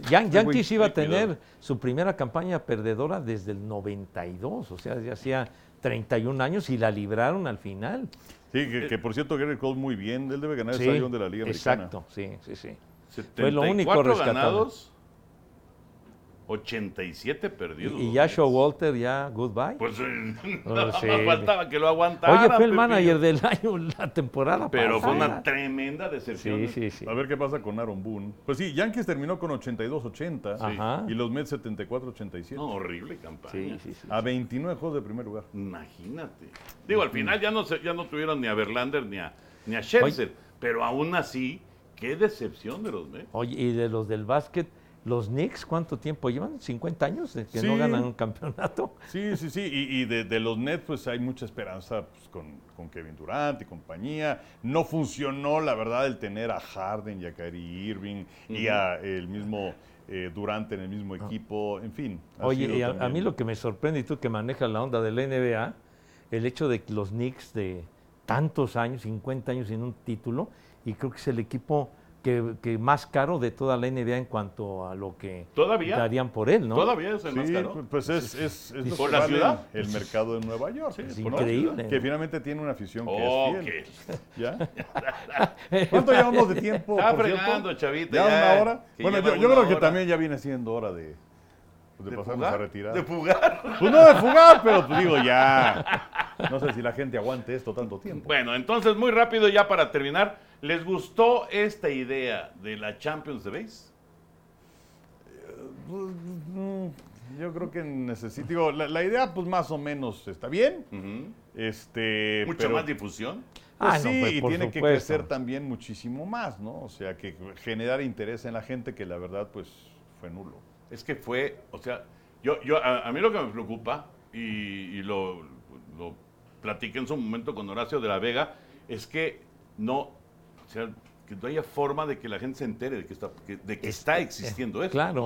Yan- Yankees iba a
liquidado.
tener su primera campaña perdedora desde el 92, o sea, ya hacía 31 años y la libraron al final.
Sí,
eh,
que, que por cierto, Gary Cole muy bien, él debe ganar
Sí,
el Cy Young de la Liga Americana.
Exacto, sí, sí, sí. Fue lo
74
único rescatable.
ganados, 87 perdidos.
Y,
los
ya
Mets.
Show Walter, ya goodbye.
Pues eh,
Oh,
nada
sí.
más faltaba que lo aguantara.
Oye, fue el
Pepillo.
manager del año la temporada
Pero fue una
pasada.
tremenda decepción.
Sí, sí, sí.
A ver qué pasa con Aaron Boone. Pues sí, Yankees terminó con 82-80
Ajá.
y los Mets 74-87.
No, horrible campaña.
Sí, sí, sí.
A 29 juegos de primer lugar.
Imagínate. Digo, al final ya no, se- ya no tuvieron ni a Verlander ni a, ni a Scherzer, pero aún así, qué decepción de los Mets.
Oye, y de los del básquet, los Knicks, ¿cuánto tiempo llevan? ¿50 años de que no
Sí.
ganan un campeonato?
Sí, sí, sí. Y, y de, de los Nets, pues hay mucha esperanza pues, con, con Kevin Durant y compañía. No funcionó, la verdad, el tener a Harden y a Kyrie Irving y a el mismo eh, Durant en el mismo equipo. En fin. ha
Ah. Oye,
sido
y a, a
también-
mí lo que me sorprende, y tú que manejas la onda del NBA, el hecho de que los Knicks de tantos años, 50 años sin un título, y creo que es el equipo que, que más caro de toda la NBA en cuanto a lo que
¿Todavía?
darían por él, ¿no?
Todavía es el más
Sí,
caro.
pu- pues es, es, es lo
¿Por
que
la
vale
ciudad?
el mercado de Nueva York.
es
¿no?
increíble,
Que
¿no?
finalmente tiene una afición que
Oh,
es fiel.
que-
¿Ya? ¿Cuánto llevamos de tiempo?
Está
Oh, por cierto?
fregando, chavita, ya,
¿Ya, una hora?
que
Bueno,
lleva
yo, yo
una
creo que
hora.
también ya viene siendo hora de, de,
¿De
pasarnos
fugar?
a retirar.
De fugar.
Pues no de fugar, pero pues digo ya. No sé si la gente aguante esto tanto tiempo.
Bueno, entonces, muy rápido ya para terminar, ¿les gustó esta idea de la Champions de Base?
Mm, Yo creo que necesito. digo, la, la idea, pues más o menos está bien. Este.
Mucha
pero-
Mm. Eh, más difusión.
Pues
Ah, no,
sí,
pues,
y
por
tiene que
supuesto. Eh,
crecer también muchísimo más, ¿no? O sea, que generar interés en la gente que la verdad, pues, fue nulo.
Es que fue, o sea, yo, yo, a, a mí lo que me preocupa, y, y lo, lo platiqué en su momento con Horacio de la Vega, es que no, o sea, que no haya forma de que la gente se entere de que está, que- de que está
eh,
existiendo esto.
Claro.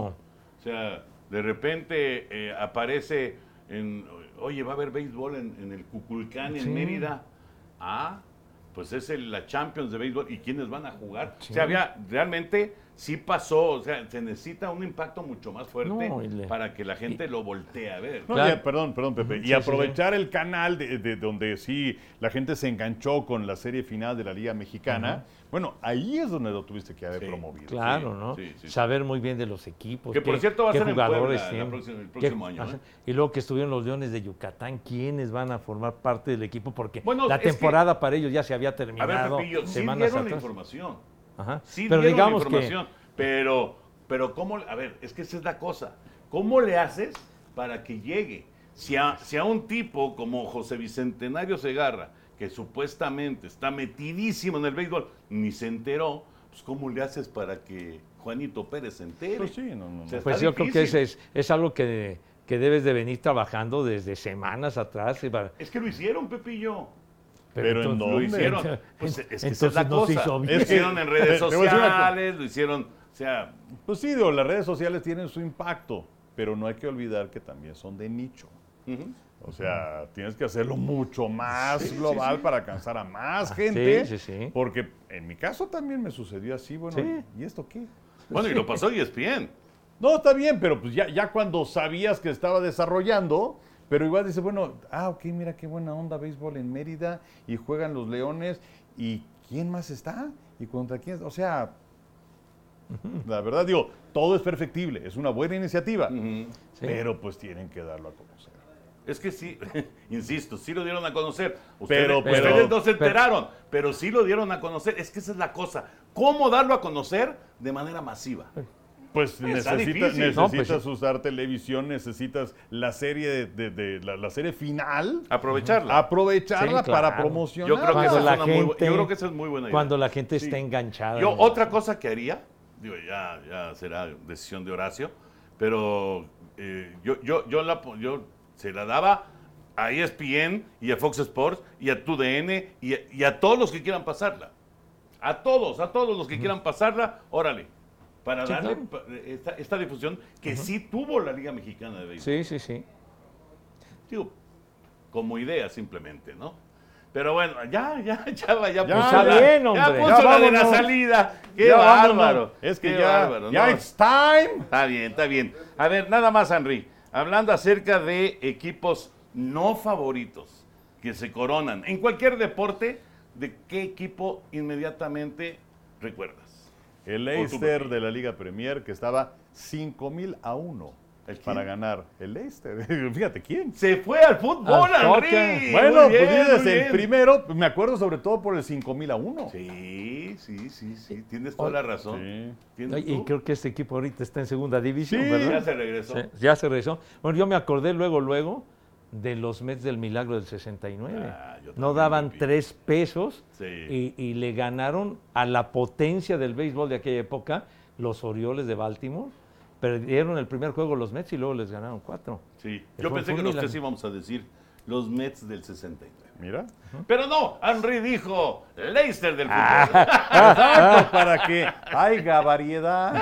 O sea, de repente eh, aparece en, oye, va a haber béisbol en, en el Cuculcán, en
Sí.
Mérida. Ah, pues es el- la Champions de béisbol. ¿Y quiénes van a jugar? O sea, había, realmente sí pasó. O sea, se necesita un impacto mucho más fuerte
No, y le-
para que la gente lo voltee a ver.
No,
Claro.
ya, perdón, perdón, Pepe. Y
sí,
aprovechar el canal de, de donde sí la gente se enganchó con la serie final de la Liga Mexicana. Bueno, ahí es donde lo tuviste que haber
Sí,
promovido.
Claro,
Sí,
¿no?
sí, sí, sí.
Saber muy bien de los equipos.
Que, por
qué-
cierto, va a
qué
ser en
jugadores
Puebla la
tienen,
próxima- el
qué-
próximo año, ¿eh?
Y luego que estuvieron los Leones de Yucatán, ¿quiénes van a formar parte del equipo? Porque
Bueno,
la
es que-
temporada para ellos ya se había
A ver,
terminado.
Pepillo, sí dieron
semanas
la
atrás.
información.
Ajá.
Sí
Pero
dieron la
digamos que
información. Pero, pero ¿cómo? le- A ver, es que esa es la cosa. ¿Cómo le haces para que llegue? Si a, si a un tipo como José Bicentenario Segarra, que supuestamente está metidísimo en el béisbol, ni se enteró, pues ¿cómo le haces para que Juanito Pérez se entere?
Pues sí, no, no, no.
O sea,
Pues
está
yo creo que
difícil.
ese es, es algo que, que debes de venir trabajando desde semanas atrás. y para-
Es que lo hicieron, Pepillo.
Pero en
entonces-
Lo
¿Dónde?
hicieron.
Ent-
Pues es que esa es
entonces
la
no se
cosa.
hizo
Lo
bien.
hicieron en redes
Es que- te voy a decir una
sociales, lo hicieron. O sea,
Pues sí, digo, las redes sociales tienen su impacto, pero no hay que olvidar que también son de nicho. O sea, tienes que hacerlo mucho más global para alcanzar a más gente.
Ah, sí, sí.
Porque en mi caso también me sucedió así, bueno,
Sí.
¿y esto qué?
bueno, y lo pasó y es bien.
No, está bien, pero pues ya, ya cuando sabías que estaba desarrollando, pero igual dices, bueno, ah, ok, mira qué buena onda béisbol en Mérida y juegan los Leones y quién más está y contra quién, o sea, la verdad digo, todo es perfectible, es una buena iniciativa,
Sí.
pero pues tienen que darlo a conocer.
Es que sí, insisto, sí lo dieron a conocer. Ustedes,
Pero- pero-
ustedes no se
pero-
enteraron, pero, sí lo dieron a conocer. Es que esa es la cosa. ¿Cómo darlo a conocer de manera masiva?
Pues
Está
necesitas,
difícil.
necesitas
No, pues sí.
usar televisión, necesitas la serie de, de- de- la, la serie final,
Aprovecharla.
aprovecharla
Sí,
para
claro.
promocionar.
Yo creo, que esa
Cuando
es
la
una muy bu-
gente-
yo creo que esa es muy buena idea.
Cuando la gente está
Sí.
enganchada.
Yo
¿no?
otra cosa que haría, digo, ya, ya será decisión de Horacio, pero eh, yo, yo, yo, la, po- yo se la daba a E ESPN y a Fox Sports y a TUDN y a, y a todos los que quieran pasarla. A todos, a todos los que quieran pasarla, órale. Para
Sí,
darle
claro.
pa- eh, esta, esta difusión que sí tuvo la Liga Mexicana de Béisbol.
Sí, sí, sí.
Digo, como idea simplemente, ¿no? Pero bueno, ya, ya, chava, ya,
Ya,
puso
está
la-
bien,
ya
hombre.
puso
Ya
la de la
vámonos.
salida. Qué
Ya vámonos.
bárbaro.
Es que
qué
ya,
bárbaro,
ya
no.
it's time.
Está bien, está bien. A ver, nada más, Henry. Hablando acerca de equipos no favoritos que se coronan en cualquier deporte, ¿de qué equipo inmediatamente recuerdas?
El
tú,
Leicester
Pepe.
de la Liga Premier que estaba 5 mil a 1
¿El quién?
para ganar. El Leicester. Fíjate quién.
Se fue al fútbol,
Al
Henry.
soccer.
Muy
Bueno,
bien,
pues dices,
muy
el
bien.
primero, me acuerdo sobre todo por el 5 mil a 1.
Sí, sí, sí, sí. Tienes toda la razón.
Oh, Sí.
¿Tienes
Y
tú?
creo que este equipo ahorita está en segunda división,
Sí,
¿verdad?
Ya se regresó.
Sí, ya se regresó. Bueno, yo me acordé luego, luego de los Mets del Milagro del 69.
Ah, yo
no
también
daban
lo vi.
tres pesos
Sí.
y, y le ganaron a la potencia del béisbol de aquella época, los Orioles de Baltimore. Perdieron el primer juego los Mets y luego les ganaron cuatro.
Sí.
Fue-
Yo pensé
fue
que los
un milagro.
tres íbamos a decir los Mets del 69.
Mira.
Pero no, Henry dijo Leicester del fútbol.
Exacto, Ah, para que haya variedad.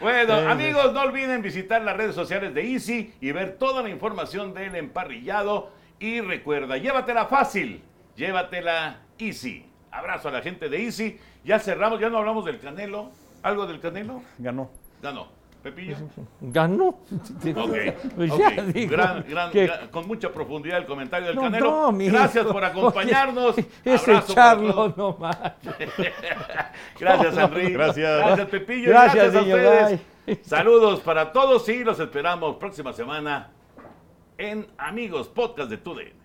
Bueno, amigos, no olviden visitar las redes sociales de Easy y ver toda la información del emparrillado. Y recuerda, llévatela fácil, llévatela Easy. Abrazo a la gente de Easy. Ya cerramos, ya no hablamos del Canelo. ¿Algo del Canelo?
Ganó.
Ya no. Pepillo.
Ganó.
Ok,
Pues
ok.
ya digo
Gran- gran-
que-
gran- con mucha profundidad el comentario del
No,
Canelo.
no, mi
Gracias
hijo.
por acompañarnos.
Oye, Ese
Abrazo para
charlo
todos.
nomás.
Gracias, Henry.
gracias.
Gracias, Pepillo. y
Gracias,
Gracias, a
niño,
ustedes. Saludos para todos y los esperamos próxima semana en Amigos Podcast de TUDN.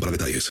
para detalles.